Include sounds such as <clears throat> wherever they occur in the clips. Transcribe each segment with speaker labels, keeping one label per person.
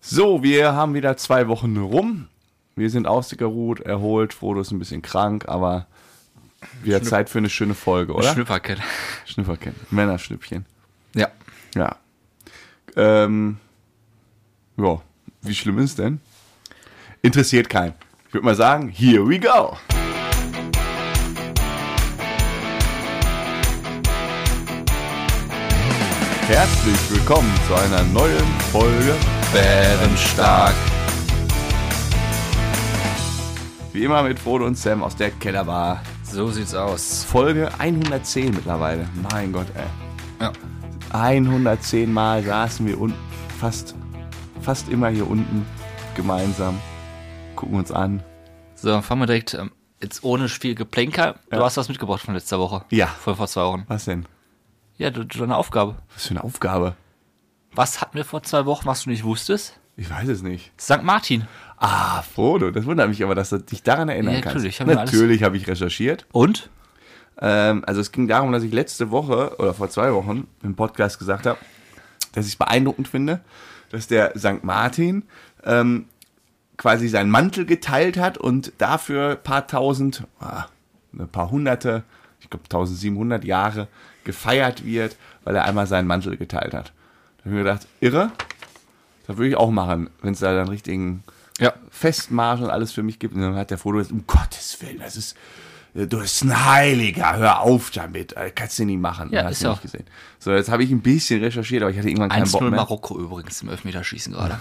Speaker 1: So, wir haben wieder zwei Wochen rum. Wir sind ausgeruht, erholt. Frodo ist ein bisschen krank, aber wieder Zeit für eine schöne Folge, oder?
Speaker 2: Schnüfferkette. <laughs>
Speaker 1: Schnüfferchen. Männerschnüppchen.
Speaker 2: Ja.
Speaker 1: Ja. Ähm, ja, wie schlimm ist denn? Interessiert keinen. Ich würde mal sagen, here we go. Herzlich willkommen zu einer neuen Folge Bärenstark. Wie immer mit Frodo und Sam aus der Kellerbar.
Speaker 2: So sieht's aus.
Speaker 1: Folge 110 mittlerweile. Mein Gott, ey.
Speaker 2: Ja.
Speaker 1: 110 Mal saßen wir unten, fast, fast immer hier unten gemeinsam, gucken uns an.
Speaker 2: So, dann fangen wir direkt ähm, jetzt ohne viel Geplänker. Du
Speaker 1: Ja.
Speaker 2: hast was mitgebracht von letzter Woche.
Speaker 1: Ja.
Speaker 2: Vor, vor zwei Wochen.
Speaker 1: Was denn?
Speaker 2: Ja, du, du deine Aufgabe.
Speaker 1: Was für eine Aufgabe?
Speaker 2: Was hatten wir vor zwei Wochen, was du nicht wusstest?
Speaker 1: Ich weiß es nicht.
Speaker 2: St. Martin.
Speaker 1: Ah, Frodo, das wundert mich aber, dass du dich daran erinnern
Speaker 2: Ja,
Speaker 1: kannst.
Speaker 2: natürlich, hab ich mir alles-
Speaker 1: Natürlich habe ich recherchiert.
Speaker 2: Und?
Speaker 1: Ähm, also es ging darum, dass ich letzte Woche oder vor zwei Wochen im Podcast gesagt habe, dass ich es beeindruckend finde, dass der St. Martin ähm, quasi seinen Mantel geteilt hat und dafür ein paar tausend, ah, ein paar hunderte, ich glaube 1700 Jahre gefeiert wird, weil er einmal seinen Mantel geteilt hat. Da habe ich mir gedacht, irre, das würde ich auch machen, wenn es da dann richtigen
Speaker 2: Ja.
Speaker 1: Festmarsch und alles für mich gibt. Und dann hat der Frodo gesagt, um Gottes Willen, das ist, du bist ein Heiliger, hör auf damit, äh, kannst du nicht machen.
Speaker 2: Ja,
Speaker 1: Dann hast
Speaker 2: ist
Speaker 1: du
Speaker 2: ja
Speaker 1: nicht
Speaker 2: auch-
Speaker 1: gesehen. So, jetzt habe ich ein bisschen recherchiert, aber ich hatte irgendwann keinen Bock
Speaker 2: 1-0
Speaker 1: mehr.
Speaker 2: Marokko übrigens im Elfmeterschießen gerade.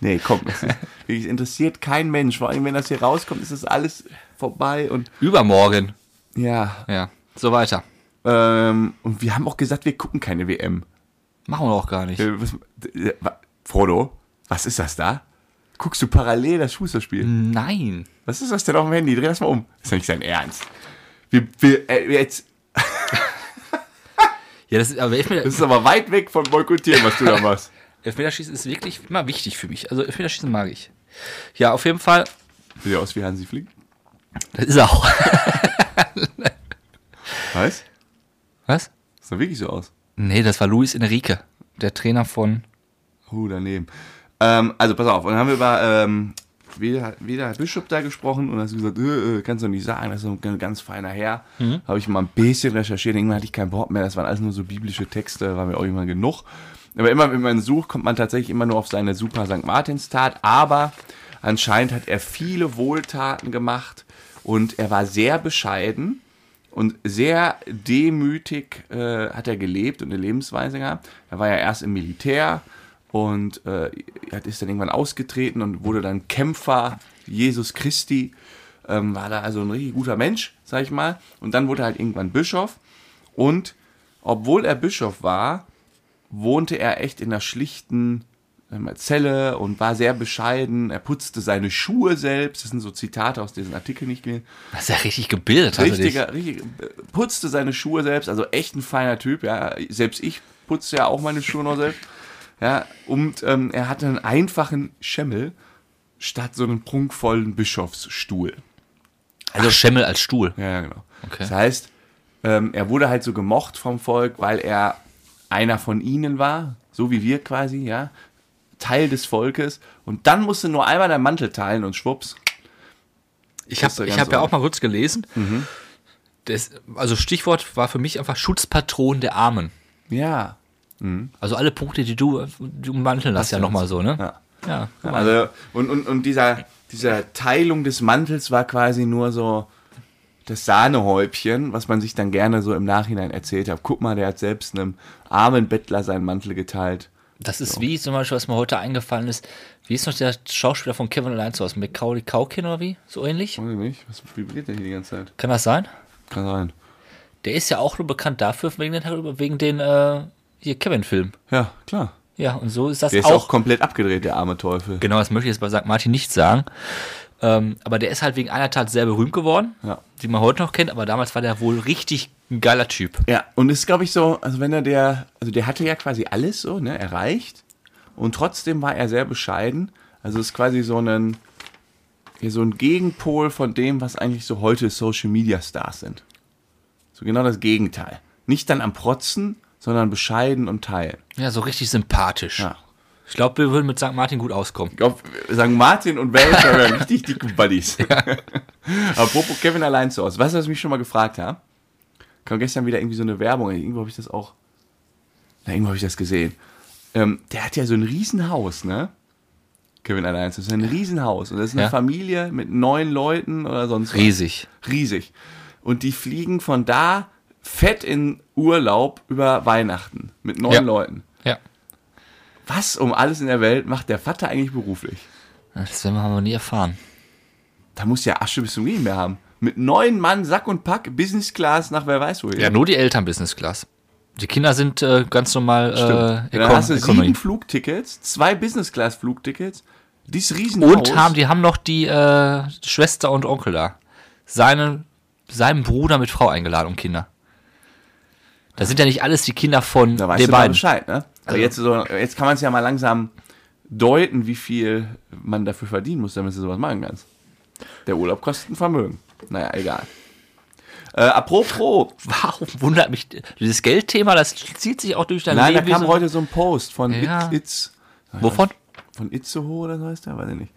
Speaker 1: Nee, komm, das ist, wirklich, es interessiert kein Mensch. Vor allem, wenn das hier rauskommt, ist das alles vorbei und
Speaker 2: <laughs> Übermorgen.
Speaker 1: ja.
Speaker 2: Ja. So weiter.
Speaker 1: Ähm, und wir haben auch gesagt, wir gucken keine WM.
Speaker 2: Machen wir auch gar nicht.
Speaker 1: Äh, was, äh, wa- Frodo, was ist das da? Guckst du parallel das Fußballspiel?
Speaker 2: Hm. Nein.
Speaker 1: Was ist das denn auf dem Handy? Dreh das mal um. Ist doch nicht sein Ernst. Wir, wir, äh, wir jetzt,
Speaker 2: Ja, das ist, aber Elfmeter,
Speaker 1: das ist aber weit weg von Boykottieren, was du da machst.
Speaker 2: Elfmeterschießen ist wirklich immer wichtig für mich. Also Elfmeterschießen mag ich. Ja, auf jeden Fall.
Speaker 1: Sieht ja aus wie Hansi Flick.
Speaker 2: Das ist er auch. <laughs>
Speaker 1: Was?
Speaker 2: Was?
Speaker 1: Das sah wirklich so aus.
Speaker 2: Nee, das war Luis Enrique, der Trainer von.
Speaker 1: Uh, daneben. Ähm, also pass auf, und dann haben wir über ähm, wieder, wieder hat Bischof da gesprochen und hast gesagt, äh, äh, kannst du nicht sagen, das ist so ein ganz feiner Herr. Habe ich mal ein bisschen recherchiert, irgendwann hatte ich keinen Bock mehr, das waren alles nur so biblische Texte, war mir auch immer genug. Aber immer, wenn man sucht, kommt man tatsächlich immer nur auf seine super St. Martinstat, aber anscheinend hat er viele Wohltaten gemacht und er war sehr bescheiden. Und sehr demütig äh, hat er gelebt und eine Lebensweise gehabt. Er war ja erst im Militär und äh, er ist dann irgendwann ausgetreten und wurde dann Kämpfer Jesus Christi. Ähm, war da also ein richtig guter Mensch, sag ich mal. Und dann wurde er halt irgendwann Bischof. Und obwohl er Bischof war, wohnte er echt in einer schlichten sagen wir mal, Zelle und war sehr bescheiden. Er putzte seine Schuhe selbst. Das sind so Zitate aus diesen Artikeln, die ich gelesen
Speaker 2: Das ist ja richtig gebildet, hat er dich.
Speaker 1: Richtiger, richtig, putzte seine Schuhe selbst, also echt ein feiner Typ, ja. Selbst ich putze ja auch meine Schuhe noch selbst. Ja, und ähm, er hatte einen einfachen Schemmel statt so einen prunkvollen Bischofsstuhl.
Speaker 2: Also Schemmel als Stuhl.
Speaker 1: Ja, ja, genau.
Speaker 2: Okay.
Speaker 1: Das heißt, ähm, er wurde halt so gemocht vom Volk, weil er einer von ihnen war, so wie wir quasi, ja, Teil des Volkes. Und dann musste nur einmal der Mantel teilen und schwupps.
Speaker 2: Ich habe
Speaker 1: Ist doch
Speaker 2: ich
Speaker 1: ganz
Speaker 2: hab ja
Speaker 1: so.
Speaker 2: auch mal kurz gelesen. Das, also Stichwort war für mich einfach Schutzpatron der Armen.
Speaker 1: Ja,
Speaker 2: Also alle Punkte, die du, du manteln hast, ja nochmal so, ne?
Speaker 1: ja.
Speaker 2: Ja.
Speaker 1: Ja, Also, und, und, und dieser, dieser Teilung des Mantels war quasi nur so das Sahnehäubchen, was man sich dann gerne so im Nachhinein erzählt hat. Guck mal, der hat selbst einem armen Bettler seinen Mantel geteilt.
Speaker 2: Das ist wie zum Beispiel, was mir heute eingefallen ist. Wie ist noch der Schauspieler von Kevin allein zu Hause? Macaulay Culkin oder wie? So ähnlich?
Speaker 1: Weiß ich nicht, was vibriert denn hier die ganze Zeit?
Speaker 2: Kann das sein?
Speaker 1: Kann sein.
Speaker 2: Der ist ja auch nur bekannt dafür, wegen den, wegen den äh, hier Kevin-Film.
Speaker 1: Ja, klar.
Speaker 2: Ja, und so ist das
Speaker 1: Der ist auch
Speaker 2: auch.
Speaker 1: komplett abgedreht, der arme Teufel.
Speaker 2: Genau, das möchte ich jetzt bei St. Martin nicht sagen. Ähm, aber der ist halt wegen einer Tat sehr berühmt geworden,
Speaker 1: Ja.
Speaker 2: die man heute noch kennt, aber damals war der wohl richtig ein geiler Typ.
Speaker 1: Ja, und ist, glaube ich, so, also wenn er der, also der hatte ja quasi alles so, ne, erreicht. Und trotzdem war er sehr bescheiden. Also ist quasi so ein, ja, so ein Gegenpol von dem, was eigentlich so heute Social Media Stars sind. So genau das Gegenteil. Nicht dann am Protzen, sondern bescheiden und teilen.
Speaker 2: Ja, so richtig sympathisch.
Speaker 1: Ja.
Speaker 2: Ich glaube, wir würden mit St. Martin gut auskommen.
Speaker 1: Ich glaube, St. Martin und Welsh
Speaker 2: <laughs>
Speaker 1: haben richtig dicke Buddies. <laughs> Apropos Kevin allein zu Hause. Weißt du, was ich mich schon mal gefragt habe? Kam gestern wieder irgendwie so eine Werbung. Irgendwo habe ich das auch. Na, irgendwo habe ich das gesehen. Ähm, der hat ja so ein Riesenhaus, ne? Kevin allein zu Hause. Das ist ein Riesenhaus. Und das ist eine
Speaker 2: Ja.
Speaker 1: Familie mit neun Leuten oder sonst was.
Speaker 2: Riesig.
Speaker 1: Riesig. Und die fliegen von da fett in Urlaub über Weihnachten mit neun
Speaker 2: Ja.
Speaker 1: Leuten.
Speaker 2: Ja.
Speaker 1: Was um alles in der Welt macht der Vater eigentlich beruflich?
Speaker 2: Das werden wir aber nie erfahren.
Speaker 1: Da muss ja Asche bis zum Gehen mehr haben. Mit neun Mann, Sack und Pack, Business Class nach wer weiß wohin.
Speaker 2: Ja, nur die Eltern Business Class. Die Kinder sind äh, ganz normal
Speaker 1: Stimmt.
Speaker 2: äh,
Speaker 1: Dann hast du
Speaker 2: Econ Economy.
Speaker 1: sieben Flugtickets, zwei Business Class Flugtickets, dieses Riesenhaus.
Speaker 2: Und haben, die haben noch die äh, Schwester und Onkel da. Seine, seinen Bruder mit Frau eingeladen und Kinder. Das sind ja nicht alles die Kinder von
Speaker 1: da weißt
Speaker 2: den
Speaker 1: du mal
Speaker 2: beiden.
Speaker 1: Bescheid, ne? Aber jetzt, so, jetzt kann man es ja mal langsam deuten, wie viel man dafür verdienen muss, damit du sowas machen kannst. Der Urlaub kostet ein Vermögen. Naja, egal. Äh, apropos,
Speaker 2: Warum wundert mich dieses Geldthema, das zieht sich auch durch dein
Speaker 1: nein, da
Speaker 2: Leben. wie
Speaker 1: kam
Speaker 2: so-
Speaker 1: heute so ein Post von
Speaker 2: Ja.
Speaker 1: It, It's,
Speaker 2: Wovon?
Speaker 1: von Itzehoe oder so heißt der, weiß ich nicht.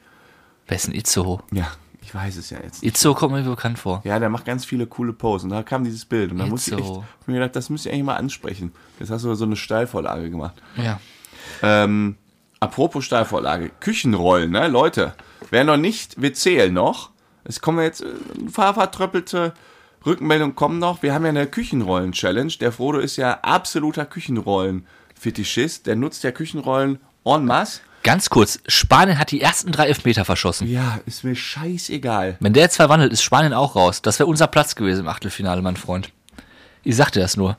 Speaker 2: Wer ist denn Itzeho?
Speaker 1: Ja, ich weiß es ja jetzt.
Speaker 2: Itzeho kommt mir bekannt vor.
Speaker 1: Ja, der macht ganz viele coole Posen. Da kam dieses Bild und da
Speaker 2: Jetzt
Speaker 1: musste ich echt,
Speaker 2: so.
Speaker 1: hab mir gedacht, das müsste ich eigentlich mal ansprechen. Jetzt hast du so eine Steilvorlage gemacht.
Speaker 2: Ja.
Speaker 1: Ähm, apropos Steilvorlage, Küchenrollen, ne, Leute. Wer noch nicht, wir zählen noch. Es kommen jetzt äh, ein paar vertröppelte Rückmeldungen kommen noch. Wir haben ja eine Küchenrollen-Challenge. Der Frodo ist ja absoluter Küchenrollen-Fetischist. Der nutzt ja Küchenrollen en masse.
Speaker 2: Ganz kurz, Spanien hat die ersten drei Elfmeter verschossen.
Speaker 1: Ja, ist mir scheißegal.
Speaker 2: Wenn der jetzt verwandelt, ist Spanien auch raus. Das wäre unser Platz gewesen im Achtelfinale, mein Freund. Ich sagte das nur.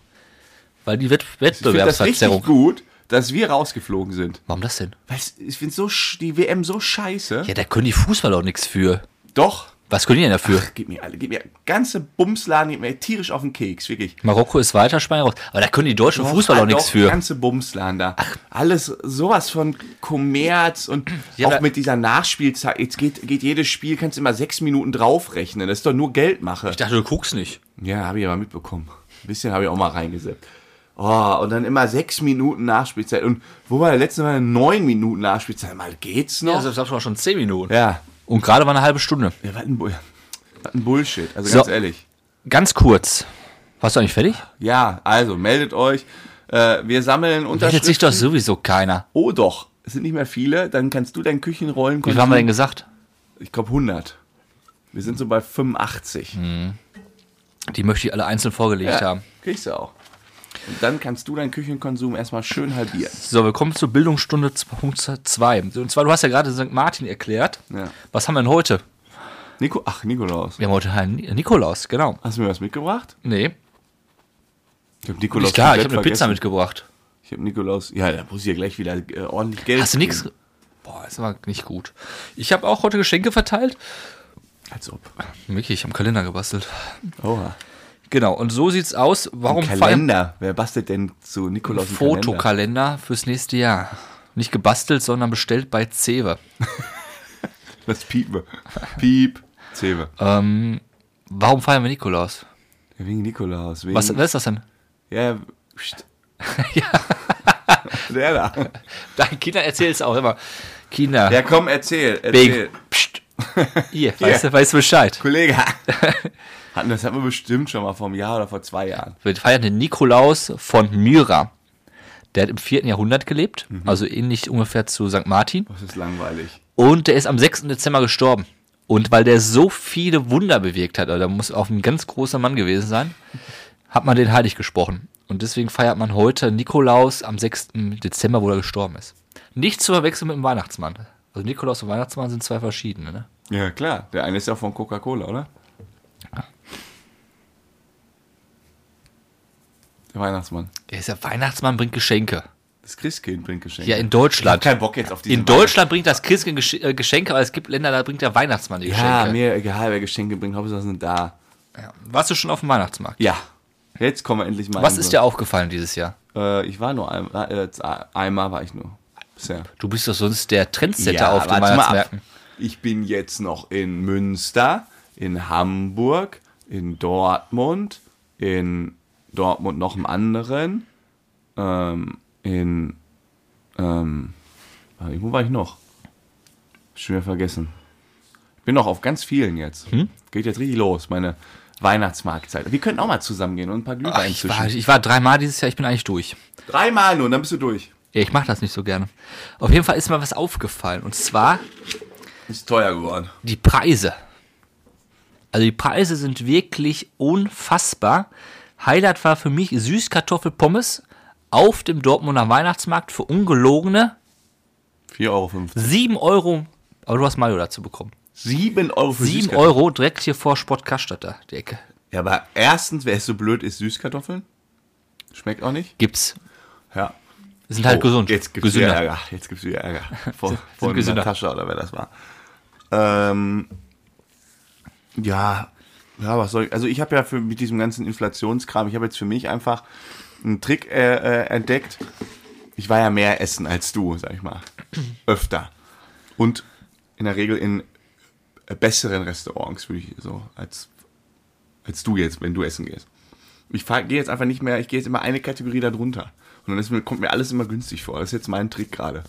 Speaker 2: Weil die Wett
Speaker 1: Ich finde das richtig
Speaker 2: Wettbewerbsverzerrung.
Speaker 1: gut, dass wir rausgeflogen sind.
Speaker 2: Warum das denn?
Speaker 1: Weil es- ich finde so sch- die WM so scheiße.
Speaker 2: Ja, da können die Fußballer auch nichts für.
Speaker 1: Doch.
Speaker 2: Was können die denn dafür?
Speaker 1: Gib mir alle, gib mir ganze Bumsladen, gib mir tierisch auf den Keks, wirklich.
Speaker 2: Marokko ist weiter, Spanien raus. Aber da können die deutschen Fußballer auch
Speaker 1: Doch,
Speaker 2: nichts für.
Speaker 1: Ganze Bumsladen da. Alles sowas von Kommerz und
Speaker 2: <clears throat> Ja,
Speaker 1: auch
Speaker 2: da-
Speaker 1: mit dieser Nachspielzeit. Jetzt geht, geht jedes Spiel, kannst immer sechs Minuten draufrechnen. Das ist doch nur Geldmache.
Speaker 2: Ich dachte, du guckst nicht.
Speaker 1: Ja, habe ich aber mitbekommen. Ein bisschen habe ich auch mal reingesippt. Oh, und dann immer sechs Minuten Nachspielzeit. Und wo war der letzte Mal neun Minuten Nachspielzeit? Mal geht's noch?
Speaker 2: Ja, also das war schon zehn Minuten.
Speaker 1: ja.
Speaker 2: Und gerade war eine halbe Stunde.
Speaker 1: Ja, was ein, Bu- <laughs> was ein Bullshit. Also
Speaker 2: So.
Speaker 1: ganz ehrlich.
Speaker 2: Ganz kurz. Warst du eigentlich fertig?
Speaker 1: Ja, also meldet euch. Äh, wir sammeln
Speaker 2: Meldet sich
Speaker 1: Unterschriften.
Speaker 2: doch sowieso keiner.
Speaker 1: Oh doch, es sind nicht mehr viele. Dann kannst du dein Küchenrollen.
Speaker 2: Wie viel haben wir denn gesagt?
Speaker 1: Ich glaube 100. Wir sind so bei 85.
Speaker 2: Hm, Die möchte ich alle einzeln vorgelegt haben.
Speaker 1: kriegst du auch. Und dann kannst du deinen Küchenkonsum erstmal schön halbieren.
Speaker 2: So, wir kommen zur Bildungsstunde 2.2. Und zwar, du hast ja gerade St. Martin erklärt.
Speaker 1: Ja.
Speaker 2: Was haben wir denn heute?
Speaker 1: Nico, ach, Nikolaus.
Speaker 2: Wir haben heute Herrn Ni- Nikolaus, genau.
Speaker 1: Hast du mir was mitgebracht?
Speaker 2: Nee,
Speaker 1: Ich habe Nikolaus
Speaker 2: ist klar, ich
Speaker 1: komplett
Speaker 2: habe eine Pizza
Speaker 1: vergessen.
Speaker 2: mitgebracht.
Speaker 1: Ich habe Nikolaus. Ja, da muss ich ja gleich wieder äh, ordentlich Geld.
Speaker 2: Hast du nichts? Boah, ist aber nicht gut. Ich habe auch heute Geschenke verteilt.
Speaker 1: geben. Als ob.
Speaker 2: Micky, ich habe Kalender gebastelt.
Speaker 1: Oha.
Speaker 2: Genau, und so sieht's aus. Warum feiern-
Speaker 1: Kalender. Wer bastelt denn zu Nikolaus einen Kalender?
Speaker 2: Fotokalender fürs nächste Jahr? Nicht gebastelt, sondern bestellt bei Zewe.
Speaker 1: Das piepen wir. Piep. Zewe.
Speaker 2: Ähm, warum feiern wir Nikolaus?
Speaker 1: Wegen Nikolaus. Wegen,
Speaker 2: Was, was ist das denn?
Speaker 1: Ja, ja. <laughs> Psst. Der da.
Speaker 2: Deine Kinder erzählen es auch immer. Kinder, Äh,
Speaker 1: Ja, komm, erzähl. erzähl.
Speaker 2: Big. <laughs> Psst. Ihr, weißt du, weißt du Bescheid. <laughs>
Speaker 1: Kollege. Hatten, das hatten wir bestimmt schon mal vor einem Jahr oder vor zwei Jahren.
Speaker 2: Wir feiern den Nikolaus von Myra. Der hat im 4. Jahrhundert gelebt, also ähnlich ungefähr zu St. Martin.
Speaker 1: Das ist langweilig.
Speaker 2: Und der ist am 6. Dezember gestorben. Und weil der so viele Wunder bewirkt hat, also da muss auch ein ganz großer Mann gewesen sein, hat man den heilig gesprochen. Und deswegen feiert man heute Nikolaus am 6. Dezember, wo er gestorben ist. Nicht zu verwechseln mit dem Weihnachtsmann. Also Nikolaus und Weihnachtsmann sind zwei verschiedene, ne?
Speaker 1: Ja, klar. Der eine ist ja von Coca-Cola, oder? Der Weihnachtsmann.
Speaker 2: Er ist ja Weihnachtsmann, bringt Geschenke.
Speaker 1: Das Christkind bringt Geschenke.
Speaker 2: Ja, in
Speaker 1: Ich hab
Speaker 2: Deutschland.
Speaker 1: keinen Bock jetzt auf diese
Speaker 2: In Deutschland bringt das Christkind Gesch- äh, Geschenke, aber es gibt Länder, da bringt der Weihnachtsmann die
Speaker 1: Ja,
Speaker 2: Geschenke.
Speaker 1: mir egal, wer Geschenke bringt. Hauptsache, sind da.
Speaker 2: Ja. Warst du schon auf dem Weihnachtsmarkt?
Speaker 1: Ja. Jetzt kommen wir endlich mal.
Speaker 2: Was
Speaker 1: in
Speaker 2: ist
Speaker 1: so-
Speaker 2: dir aufgefallen dieses Jahr?
Speaker 1: Äh, ich war nur einmal. Äh, jetzt einmal war ich nur. Bisher.
Speaker 2: Du bist doch sonst der Trendsetter auf den
Speaker 1: warte mal ab.
Speaker 2: Weihnachtsmärkten.
Speaker 1: Ich bin jetzt noch in Münster, in Hamburg, in Dortmund, in Dortmund noch im anderen, ähm, in ähm, Warte, Wo war ich noch? Schon wieder vergessen. Ich bin noch auf ganz vielen jetzt. Geht jetzt richtig los, meine Weihnachtsmarktzeit. Wir könnten auch mal zusammengehen und ein paar Glühwein
Speaker 2: Ich war,
Speaker 1: zwischen.
Speaker 2: ich war dreimal dieses Jahr, ich bin eigentlich durch.
Speaker 1: Dreimal nur und dann bist du durch.
Speaker 2: Ja, ich mache das nicht so gerne. Auf jeden Fall ist mir was aufgefallen. Und zwar
Speaker 1: Ist teuer geworden.
Speaker 2: die Preise. Also die Preise sind wirklich unfassbar. Highlight war für mich Süßkartoffelpommes auf dem Dortmunder Weihnachtsmarkt für ungelogene
Speaker 1: 4,50 Euro.
Speaker 2: 7 Euro. Aber du hast Mayo dazu bekommen.
Speaker 1: 7 Euro für
Speaker 2: 7
Speaker 1: Süßkartoffeln.
Speaker 2: Euro direkt hier vor Sport Kastatter, die Ecke.
Speaker 1: Ja, aber erstens, wer ist so blöd, ist Süßkartoffeln. Schmeckt auch nicht.
Speaker 2: Gibt's.
Speaker 1: Ja.
Speaker 2: Sind halt gesund.
Speaker 1: Oh, Jetzt gibt's wieder
Speaker 2: Gesünder.
Speaker 1: Ärger. Jetzt gibt's wieder
Speaker 2: <laughs>
Speaker 1: Ärger. Von, von
Speaker 2: gesünder.
Speaker 1: Natascha oder wer das war. Ähm, ja. Ja, was soll ich? Also ich habe ja für mit diesem ganzen Inflationskram, ich habe jetzt für mich einfach einen Trick äh, äh, entdeckt. Ich war ja mehr essen als du, sag ich
Speaker 2: <clears throat>
Speaker 1: mal. Öfter. Und in der Regel in äh, besseren Restaurants, würde ich so, als, als du jetzt, wenn du essen gehst. Ich gehe jetzt einfach nicht mehr, ich gehe jetzt immer eine Kategorie darunter. Und dann ist mir, kommt mir alles immer günstig vor. Das ist jetzt mein Trick gerade.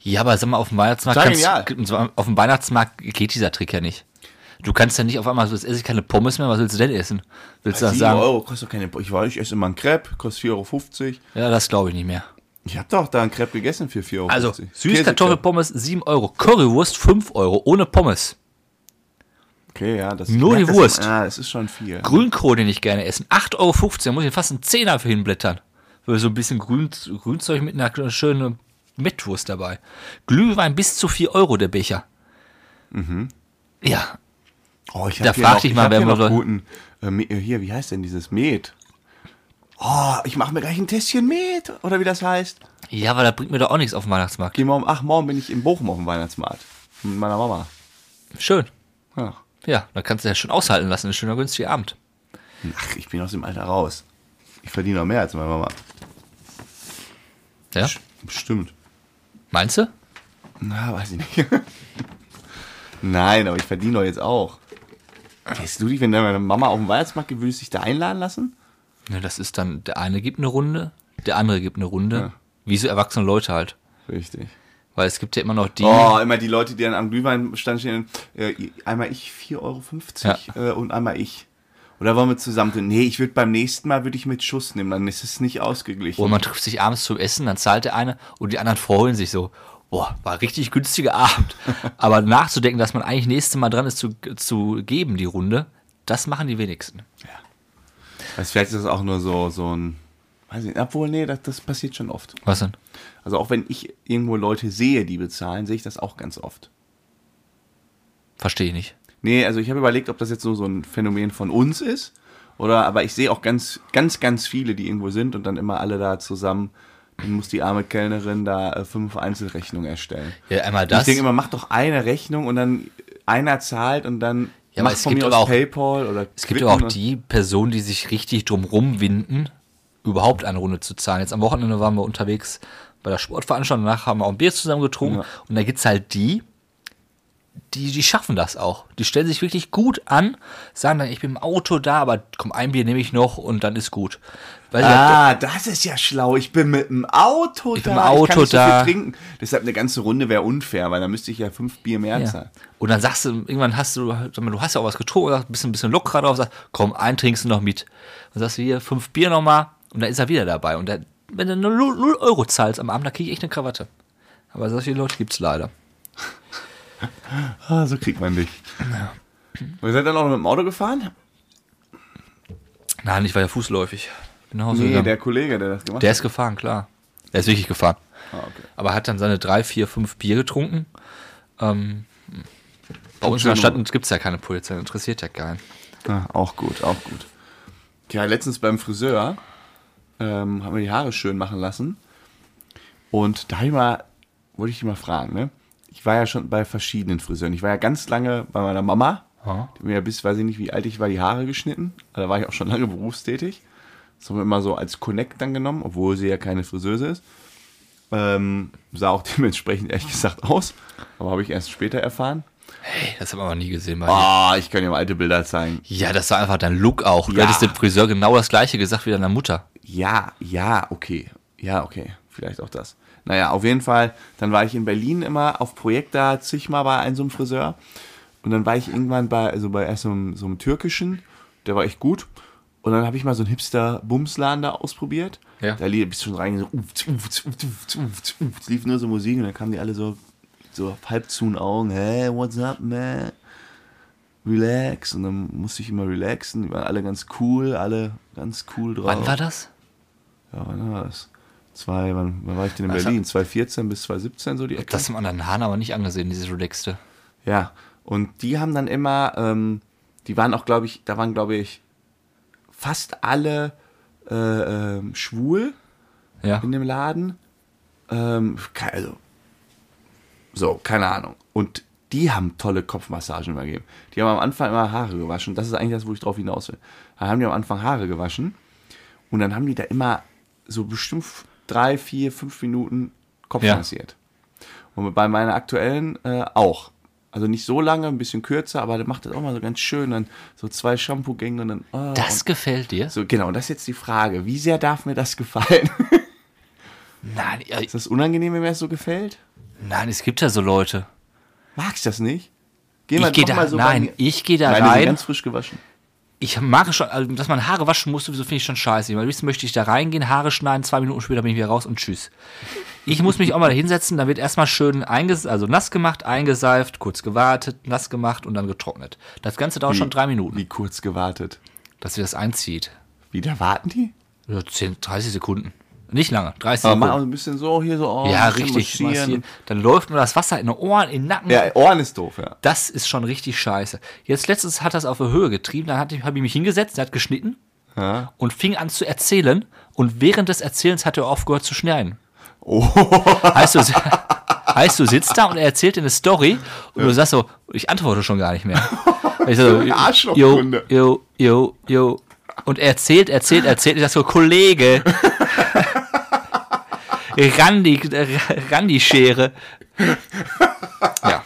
Speaker 2: Ja, aber sag mal, auf dem Weihnachtsmarkt,
Speaker 1: Sei
Speaker 2: kannst, auf dem Weihnachtsmarkt geht dieser Trick ja nicht. Du kannst ja nicht auf einmal, so, jetzt esse ich keine Pommes mehr, was willst du denn essen? Willst du das
Speaker 1: Sieben
Speaker 2: sagen?
Speaker 1: Euro kostet doch keine. Bo- Ich, weiß, ich esse immer einen Crepe, kostet 4,50 Euro.
Speaker 2: Ja, das glaube ich nicht mehr.
Speaker 1: Ich habe doch da einen Crepe gegessen für 4,50 Euro.
Speaker 2: Also,
Speaker 1: Käsecrepe.
Speaker 2: Süßkartoffelpommes 7 Euro, Currywurst 5 Euro, ohne Pommes.
Speaker 1: Okay, ja, das
Speaker 2: Nur
Speaker 1: ich merk
Speaker 2: die
Speaker 1: das
Speaker 2: Wurst.
Speaker 1: immer- Ah, das ist schon viel.
Speaker 2: Grünkohl, den ich gerne essen, 8,50 Euro, da muss ich fast einen Zehner für hinblättern. Für so ein bisschen Grün, Grünzeug mit einer schönen Mettwurst dabei. Glühwein bis zu 4 Euro, der Becher. Mhm. Ja,
Speaker 1: Oh, ich
Speaker 2: Da
Speaker 1: hab hier
Speaker 2: frag
Speaker 1: noch-
Speaker 2: dich mal,
Speaker 1: hab
Speaker 2: wer
Speaker 1: hier
Speaker 2: mal
Speaker 1: noch
Speaker 2: so-
Speaker 1: guten, äh, Me- äh, Hier, wie heißt denn dieses Met? Oh, ich mache mir gleich ein Tässchen Met. Oder wie das heißt.
Speaker 2: ja, aber da bringt mir doch auch nichts auf dem Weihnachtsmarkt.
Speaker 1: Geh mal um, ach, morgen bin ich in Bochum auf dem Weihnachtsmarkt. Mit meiner Mama.
Speaker 2: Schön.
Speaker 1: Ja.
Speaker 2: Ja, dann kannst du ja schon aushalten lassen. Ein schöner, günstiger Abend.
Speaker 1: Ach, ich bin aus dem Alter raus. Ich verdiene noch mehr als meine Mama.
Speaker 2: Ja?
Speaker 1: Bestimmt.
Speaker 2: Meinst du?
Speaker 1: Na, weiß ich nicht. <laughs> Nein, aber ich verdiene doch jetzt auch. Weißt du dich, wenn deine Mama auf den Weihnachtsmarkt geht, würdest du dich da einladen lassen?
Speaker 2: Ne, das ist dann, der eine gibt eine Runde, der andere gibt eine Runde. Wie so erwachsene Leute halt.
Speaker 1: Richtig.
Speaker 2: Weil es gibt ja immer noch die.
Speaker 1: Oh, immer die Leute, die dann am Glühweinstand stehen. Äh, einmal ich 4,50 Euro äh, und einmal ich. Oder wollen wir zusammen tun? Nee, ich würde beim nächsten Mal würde ich mit Schuss nehmen, dann ist es nicht ausgeglichen.
Speaker 2: Und man trifft sich abends zum Essen, dann zahlt der eine und die anderen freuen sich so. Boah, war richtig günstiger <laughs> Abend. Aber nachzudenken, dass man eigentlich nächstes Mal dran ist zu, zu geben, die Runde, das machen die wenigsten.
Speaker 1: Also vielleicht ist das auch nur so, so ein. Weiß nicht, obwohl, nee, das, das passiert schon oft.
Speaker 2: Was denn?
Speaker 1: Also auch wenn ich irgendwo Leute sehe, die bezahlen, sehe ich das auch ganz oft.
Speaker 2: Verstehe ich nicht.
Speaker 1: Nee, also ich habe überlegt, ob das jetzt nur so ein Phänomen von uns ist. Oder, aber ich sehe auch ganz, ganz, ganz viele, die irgendwo sind und dann immer alle da zusammen. Dann muss die arme Kellnerin da äh, fünf Einzelrechnungen erstellen.
Speaker 2: Ja, einmal
Speaker 1: Und
Speaker 2: das.
Speaker 1: Ich denke immer, mach doch eine Rechnung und dann einer zahlt und dann
Speaker 2: Ja, aber
Speaker 1: mach
Speaker 2: es gibt aber auch-
Speaker 1: PayPal oder
Speaker 2: Es gibt aber auch
Speaker 1: Quitten.
Speaker 2: die Personen, die sich richtig drumrum winden, überhaupt eine Runde zu zahlen. Jetzt am Wochenende waren wir unterwegs bei der Sportveranstaltung, danach haben wir auch ein Bier zusammen getrunken
Speaker 1: Ja.
Speaker 2: und da gibt's halt die, die, die schaffen das auch. Die stellen sich wirklich gut an, sagen dann, ich bin im Auto da, aber komm, ein Bier nehme ich noch und dann ist gut. Weil sie halt-
Speaker 1: Ah, das ist ja schlau. Ich bin mit dem Auto
Speaker 2: bin
Speaker 1: da. ich
Speaker 2: mit dem
Speaker 1: kann
Speaker 2: Auto
Speaker 1: nicht so
Speaker 2: da.
Speaker 1: viel trinken. Deshalb eine ganze Runde wäre unfair, weil dann müsste ich ja fünf Bier mehr
Speaker 2: ja.
Speaker 1: zahlen.
Speaker 2: Und dann sagst du, irgendwann hast du, sag mal, du hast ja auch was getrunken, sagst, bist ein bisschen lockerer drauf, sagst, komm, einen trinkst du noch mit. Und sagst du hier, fünf Bier nochmal und dann ist er wieder dabei. Und dann, wenn du nur 0 Euro zahlst am Abend, dann krieg ich echt eine Krawatte. Aber solche Leute gibt's leider.
Speaker 1: Ah, so kriegt man dich. Und ihr seid dann auch mit dem Auto gefahren?
Speaker 2: Nein, ich war ja fußläufig. Bin nach Hause
Speaker 1: Nee,
Speaker 2: gegangen. Der,
Speaker 1: der Kollege, der das gemacht
Speaker 2: der ist gefahren, klar. Der ist wirklich gefahren.
Speaker 1: hat. Ah, okay.
Speaker 2: Aber hat dann seine drei, vier, fünf Bier getrunken. Ähm, bei uns in der
Speaker 1: Schön,
Speaker 2: Stadt gibt's ja keine Polizei, interessiert ja keinen.
Speaker 1: Ah, auch gut, auch gut. Ja, letztens beim Friseur ähm, haben wir die Haare schön machen lassen. Und da hab ich mal, wollte ich dich mal fragen, ne? Ich war ja schon bei verschiedenen Friseuren. Ich war ja ganz lange bei meiner Mama.
Speaker 2: Ja.
Speaker 1: Die hat mir ja bis, weiß ich nicht, wie alt ich war, die Haare geschnitten. Also Da war ich auch schon lange berufstätig. Das haben wir immer so als Connect dann genommen, obwohl sie ja keine Friseuse ist. Ähm, sah auch <laughs> dementsprechend ehrlich gesagt aus. Aber habe ich erst später erfahren.
Speaker 2: Hey, das haben wir aber nie gesehen. Bei dir.
Speaker 1: Ah, ich kann dir mal alte Bilder zeigen.
Speaker 2: Ja, das war einfach dein Look auch. Du
Speaker 1: Ja.
Speaker 2: hattest dem Friseur genau das gleiche gesagt wie deiner Mutter.
Speaker 1: Ja, ja, okay. Ja, okay. Vielleicht auch das. Naja, auf jeden Fall, dann war ich in Berlin immer auf Projekt da, zigmal bei einem, so einem Friseur. Und dann war ich irgendwann bei, also bei erst so einem, so einem türkischen, der war echt gut. Und dann habe ich mal so einen Hipster-Bumsladen da ausprobiert.
Speaker 2: Ja.
Speaker 1: Da lief, bist du schon rein, so, uff, uff, uff, uff, uff, uff. es lief nur so Musik und dann kamen die alle so, so halb zu den Augen, hey, what's up, man? Relax. Und dann musste ich immer relaxen. Die waren alle ganz cool, alle ganz cool drauf.
Speaker 2: Wann war das?
Speaker 1: Ja, wann war das? Zwei, wann, wann war ich denn in
Speaker 2: Also-
Speaker 1: Berlin? 2014 bis 2017 so die Ecke?
Speaker 2: Das im anderen Hahn aber nicht angesehen, dieses Relaxte.
Speaker 1: Ja, und die haben dann immer, ähm, die waren auch, glaube ich, da waren, glaube ich, fast alle äh, ähm, schwul
Speaker 2: Ja.
Speaker 1: in dem Laden. Ähm, ke- also, so, keine Ahnung. Und die haben tolle Kopfmassagen immer gegeben. Die haben am Anfang immer Haare gewaschen. Das ist eigentlich das, wo ich drauf hinaus will. Da haben die am Anfang Haare gewaschen. Und dann haben die da immer so bestimmt drei, vier, fünf Minuten Kopf
Speaker 2: Ja.
Speaker 1: massiert. Und bei meiner aktuellen äh, auch. Also nicht so lange, ein bisschen kürzer, aber der macht das auch mal so ganz schön. Dann so zwei Shampoo-Gänge und dann. ah,
Speaker 2: Das
Speaker 1: und
Speaker 2: gefällt dir?
Speaker 1: so, genau, und das ist jetzt die Frage. Wie sehr darf mir das gefallen?
Speaker 2: Nein, ja,
Speaker 1: Ist das unangenehm, wenn mir das so gefällt?
Speaker 2: nein, es gibt ja so Leute.
Speaker 1: Magst du das nicht? Geh
Speaker 2: Ich gehe
Speaker 1: komm
Speaker 2: da,
Speaker 1: so bei
Speaker 2: nein,
Speaker 1: mir-
Speaker 2: ich gehe da
Speaker 1: Nein, die sind
Speaker 2: rein.
Speaker 1: ganz frisch gewaschen.
Speaker 2: Ich mache schon, also, dass man Haare waschen muss, sowieso finde ich schon scheiße. Weil wissen möchte ich da reingehen, Haare schneiden, zwei Minuten später bin ich wieder raus und tschüss. Ich muss mich auch mal da hinsetzen, dann wird erstmal schön einges also nass gemacht, eingeseift, kurz gewartet, nass gemacht und dann getrocknet. Das Ganze dauert
Speaker 1: Hm.
Speaker 2: schon drei Minuten,
Speaker 1: Wie kurz gewartet.
Speaker 2: dass sie das einzieht.
Speaker 1: Wieder warten die?
Speaker 2: Ja, 10, 30 Sekunden. Nicht lange, 30
Speaker 1: Aber mal auch
Speaker 2: Sekunden.
Speaker 1: ein bisschen so, hier so. Oh,
Speaker 2: Ja,
Speaker 1: ein bisschen
Speaker 2: richtig.
Speaker 1: massieren.
Speaker 2: massieren. Dann läuft nur das Wasser in den Ohren, in den Nacken.
Speaker 1: Ja, Ohren ist doof, ja. <laughs>
Speaker 2: Das ist schon richtig scheiße. Jetzt letztens hat das auf eine Höhe getrieben, dann habe ich, hab ich mich hingesetzt, er hat geschnitten
Speaker 1: Ja.
Speaker 2: und fing an zu erzählen und während des Erzählens hat er aufgehört zu schneiden. Oh. Heißt du, heißt, du sitzt da und er erzählt dir eine Story und du sagst so, ich antworte schon gar
Speaker 1: <laughs>
Speaker 2: nicht mehr. Ich so,
Speaker 1: Ein Arschloch,
Speaker 2: yo,
Speaker 1: Kunde.
Speaker 2: yo, yo, yo. Und er erzählt, erzählt, erzählt. Ich sag
Speaker 1: <laughs>
Speaker 2: so, Kollege. Randi, Randi-Schere. Ja.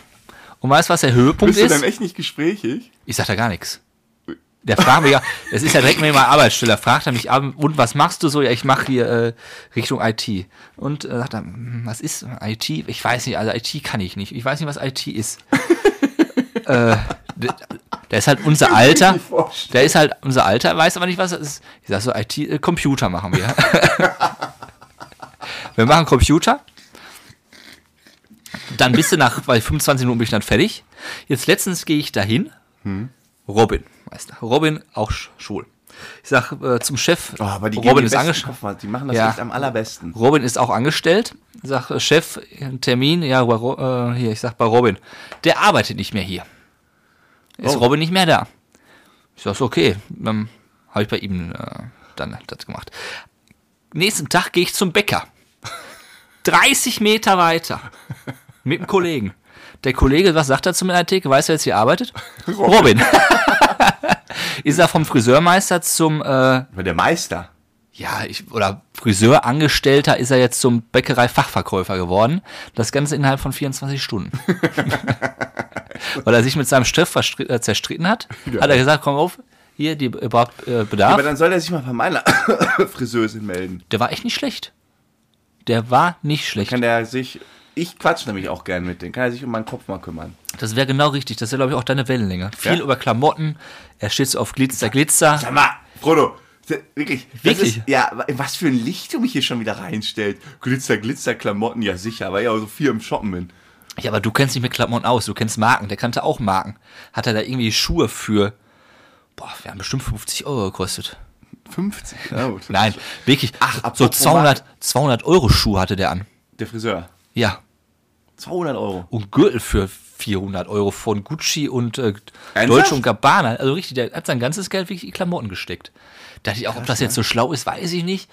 Speaker 2: Und weißt du, was der Höhepunkt
Speaker 1: Bist du
Speaker 2: ist?
Speaker 1: dann echt nicht gesprächig?
Speaker 2: Ich sag da gar nichts. Der fragt mich ja, es ist ja direkt mit meiner Arbeitsstelle, Da fragt er mich ab, und was machst du so? Ja, ich mache hier äh, Richtung IT. Und äh, sagt er, "Hm, was ist IT? Ich weiß nicht, also IT kann ich nicht. Ich weiß nicht, was
Speaker 1: <laughs>
Speaker 2: IT ist. äh, der, der ist halt unser Alter.
Speaker 1: nicht vorstellen.
Speaker 2: Der ist halt unser Alter, weiß aber nicht, was das ist. Ich sag so, IT, äh, Computer
Speaker 1: <laughs>
Speaker 2: machen wir. wir machen Computer. Dann bist du nach, bei 25 Minuten bin ich dann fertig. Jetzt letztens gehe ich dahin.
Speaker 1: Hm.
Speaker 2: Robin, weißt du. Robin, auch sch- schwul. Ich sag äh, zum Chef,
Speaker 1: Oh, aber die
Speaker 2: Robin
Speaker 1: geben
Speaker 2: ist
Speaker 1: die besten
Speaker 2: angestellt.
Speaker 1: Kopfmas- Die machen das
Speaker 2: Ja.
Speaker 1: echt am allerbesten.
Speaker 2: Robin ist auch angestellt. Ich Sag, äh, Chef, ein Termin, ja, bei Ro- äh, hier, ich sag bei Robin. Der arbeitet nicht mehr hier. Ist
Speaker 1: Oh.
Speaker 2: Robin nicht mehr da? Ich sag, ist okay. Dann habe ich bei ihm äh, dann das gemacht. Nächsten Tag gehe ich zum Bäcker. 30 Meter weiter. Mit dem Kollegen. Der Kollege, was sagt er zu mir in der Theke? Weiß er jetzt hier arbeitet? Robin. <laughs> ist er vom Friseurmeister zum äh,
Speaker 1: Aber der Meister.
Speaker 2: ja, ich, oder Friseur, Angestellter ist er jetzt zum Bäckerei-Fachverkäufer geworden. Das Ganze innerhalb von
Speaker 1: <laughs>
Speaker 2: 24 Stunden. Weil er sich mit seinem Chef verstri- äh, zerstritten hat, hat er gesagt, komm auf, hier, die ihr braucht äh, Bedarf.
Speaker 1: Aber dann soll er sich mal bei meiner <coughs> Friseusin melden.
Speaker 2: der war echt nicht schlecht. Der war nicht schlecht.
Speaker 1: Kann der sich. Ich quatsch nämlich auch gern mit denen. Kann er sich um meinen Kopf mal kümmern?
Speaker 2: Das wäre genau richtig. Das wäre, glaube ich, auch deine Wellenlänge. Viel
Speaker 1: Ja.
Speaker 2: über Klamotten. Er steht so auf Glitzer, Glitzer.
Speaker 1: Sag mal, Frodo, se- wirklich. das
Speaker 2: Wirklich?
Speaker 1: Ist, ja, wa- was für ein Licht du mich hier schon wieder reinstellt. Glitzer, Glitzer, Klamotten, ja sicher, weil ich auch so viel im Shoppen bin.
Speaker 2: Ja, aber du kennst dich mit Klamotten aus, du kennst Marken, der kannte auch Marken. Hat er da irgendwie Schuhe für, boah, wir haben bestimmt 50 Euro gekostet.
Speaker 1: 50. Na gut.
Speaker 2: Nein, wirklich,
Speaker 1: Ach,
Speaker 2: so
Speaker 1: apropos
Speaker 2: 200, 200 Euro Schuhe hatte der an.
Speaker 1: Der Friseur.
Speaker 2: Ja,
Speaker 1: 200 Euro.
Speaker 2: und Gürtel für 400 Euro von Gucci und äh,
Speaker 1: Ernsthaft?
Speaker 2: Deutsche und Gabbana. Also richtig, der hat sein ganzes Geld wirklich in Klamotten gesteckt. Dachte ich auch, ob das
Speaker 1: ne?
Speaker 2: jetzt so schlau ist, weiß ich nicht.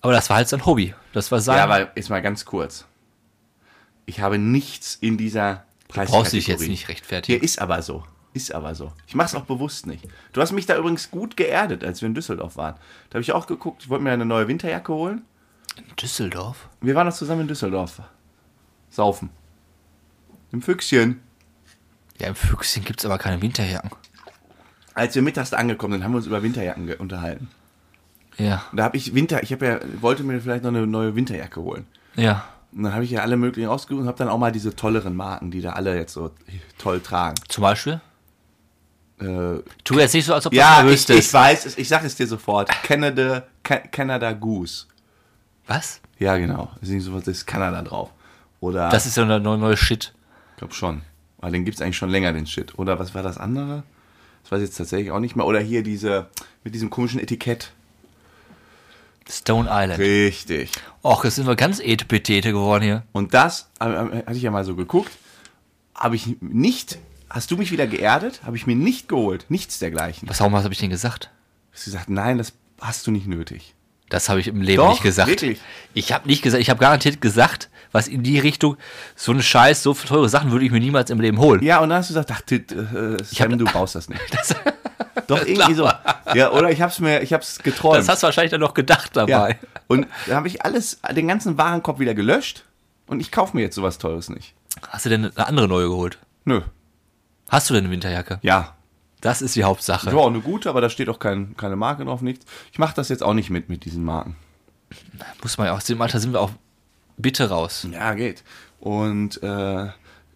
Speaker 2: Aber das war halt sein Hobby. Das war sein.
Speaker 1: Ja, aber jetzt mal ganz kurz. Ich habe nichts in dieser Preiskategorie.
Speaker 2: brauchst dich jetzt nicht rechtfertigen.
Speaker 1: Hier ist aber so. Ist aber so. Ich mach's auch bewusst nicht. Du hast mich da übrigens gut geerdet, als wir in Düsseldorf waren. Da habe ich auch geguckt, ich wollte mir eine neue Winterjacke holen.
Speaker 2: Düsseldorf?
Speaker 1: Wir waren doch zusammen in Düsseldorf. Saufen. Im Füchschen.
Speaker 2: Ja, im Füchschen gibt's aber keine Winterjacken.
Speaker 1: Als wir mittags da angekommen sind, haben wir uns über Winterjacken ge- unterhalten.
Speaker 2: Ja,
Speaker 1: Und da habe ich Winter, ich habe ja, wollte mir vielleicht noch eine neue Winterjacke holen.
Speaker 2: ja.
Speaker 1: Und dann habe ich ja alle möglichen ausgesucht und habe dann auch mal diese tolleren Marken, die da alle jetzt so toll tragen.
Speaker 2: Zum Beispiel?
Speaker 1: Äh,
Speaker 2: Tu jetzt nicht so, als ob du
Speaker 1: ja,
Speaker 2: das
Speaker 1: ich,
Speaker 2: wüsstest.
Speaker 1: ich weiß, es, ich sage es dir sofort. Canada, Ca- Canada Goose.
Speaker 2: Was?
Speaker 1: Ja, genau. Das ist nicht so was, da ist Kanada drauf. Oder,
Speaker 2: Das ist ja ein neuer neue Shit.
Speaker 1: ich glaube schon. Weil den gibt es eigentlich schon länger, den Shit. Oder was war das andere? Das weiß ich jetzt tatsächlich auch nicht mehr. Oder hier diese, mit diesem komischen Etikett.
Speaker 2: Stone Island.
Speaker 1: Richtig.
Speaker 2: Och, jetzt sind wir ganz etpetete geworden hier.
Speaker 1: Und das äh, äh, hatte ich ja mal so geguckt. Habe ich nicht. Hast du mich wieder geerdet? Habe ich mir nicht geholt. Nichts dergleichen.
Speaker 2: Was, warum was habe ich denn gesagt?
Speaker 1: Hast du gesagt, nein, das hast du nicht nötig.
Speaker 2: Das habe ich im Leben
Speaker 1: Doch,
Speaker 2: nicht gesagt.
Speaker 1: wirklich.
Speaker 2: Ich habe nicht gesagt, ich habe garantiert gesagt, was in die Richtung, so ein Scheiß, so teure Sachen würde ich mir niemals im Leben holen.
Speaker 1: Ja, und dann hast du gesagt, ach, Tit, äh, Sam,
Speaker 2: <laughs>
Speaker 1: du brauchst das nicht.
Speaker 2: Das,
Speaker 1: <laughs> Doch, irgendwie so. Ja, oder ich hab's mir, ich hab's geträumt.
Speaker 2: das hast du wahrscheinlich dann noch gedacht
Speaker 1: ja.
Speaker 2: <laughs> dabei.
Speaker 1: Und da habe ich alles, den ganzen Warenkorb wieder gelöscht und ich kaufe mir jetzt sowas Teures nicht.
Speaker 2: Hast du denn eine andere neue geholt?
Speaker 1: Nö.
Speaker 2: Hast du denn eine Winterjacke?
Speaker 1: Ja.
Speaker 2: Das ist die Hauptsache.
Speaker 1: Ich war auch eine gute, aber da steht auch kein, keine Marke drauf, nichts. Ich mache das jetzt auch nicht mit, mit diesen Marken.
Speaker 2: Muss man ja auch, im Alter sind wir auch bitte raus.
Speaker 1: Ja, geht. Und äh,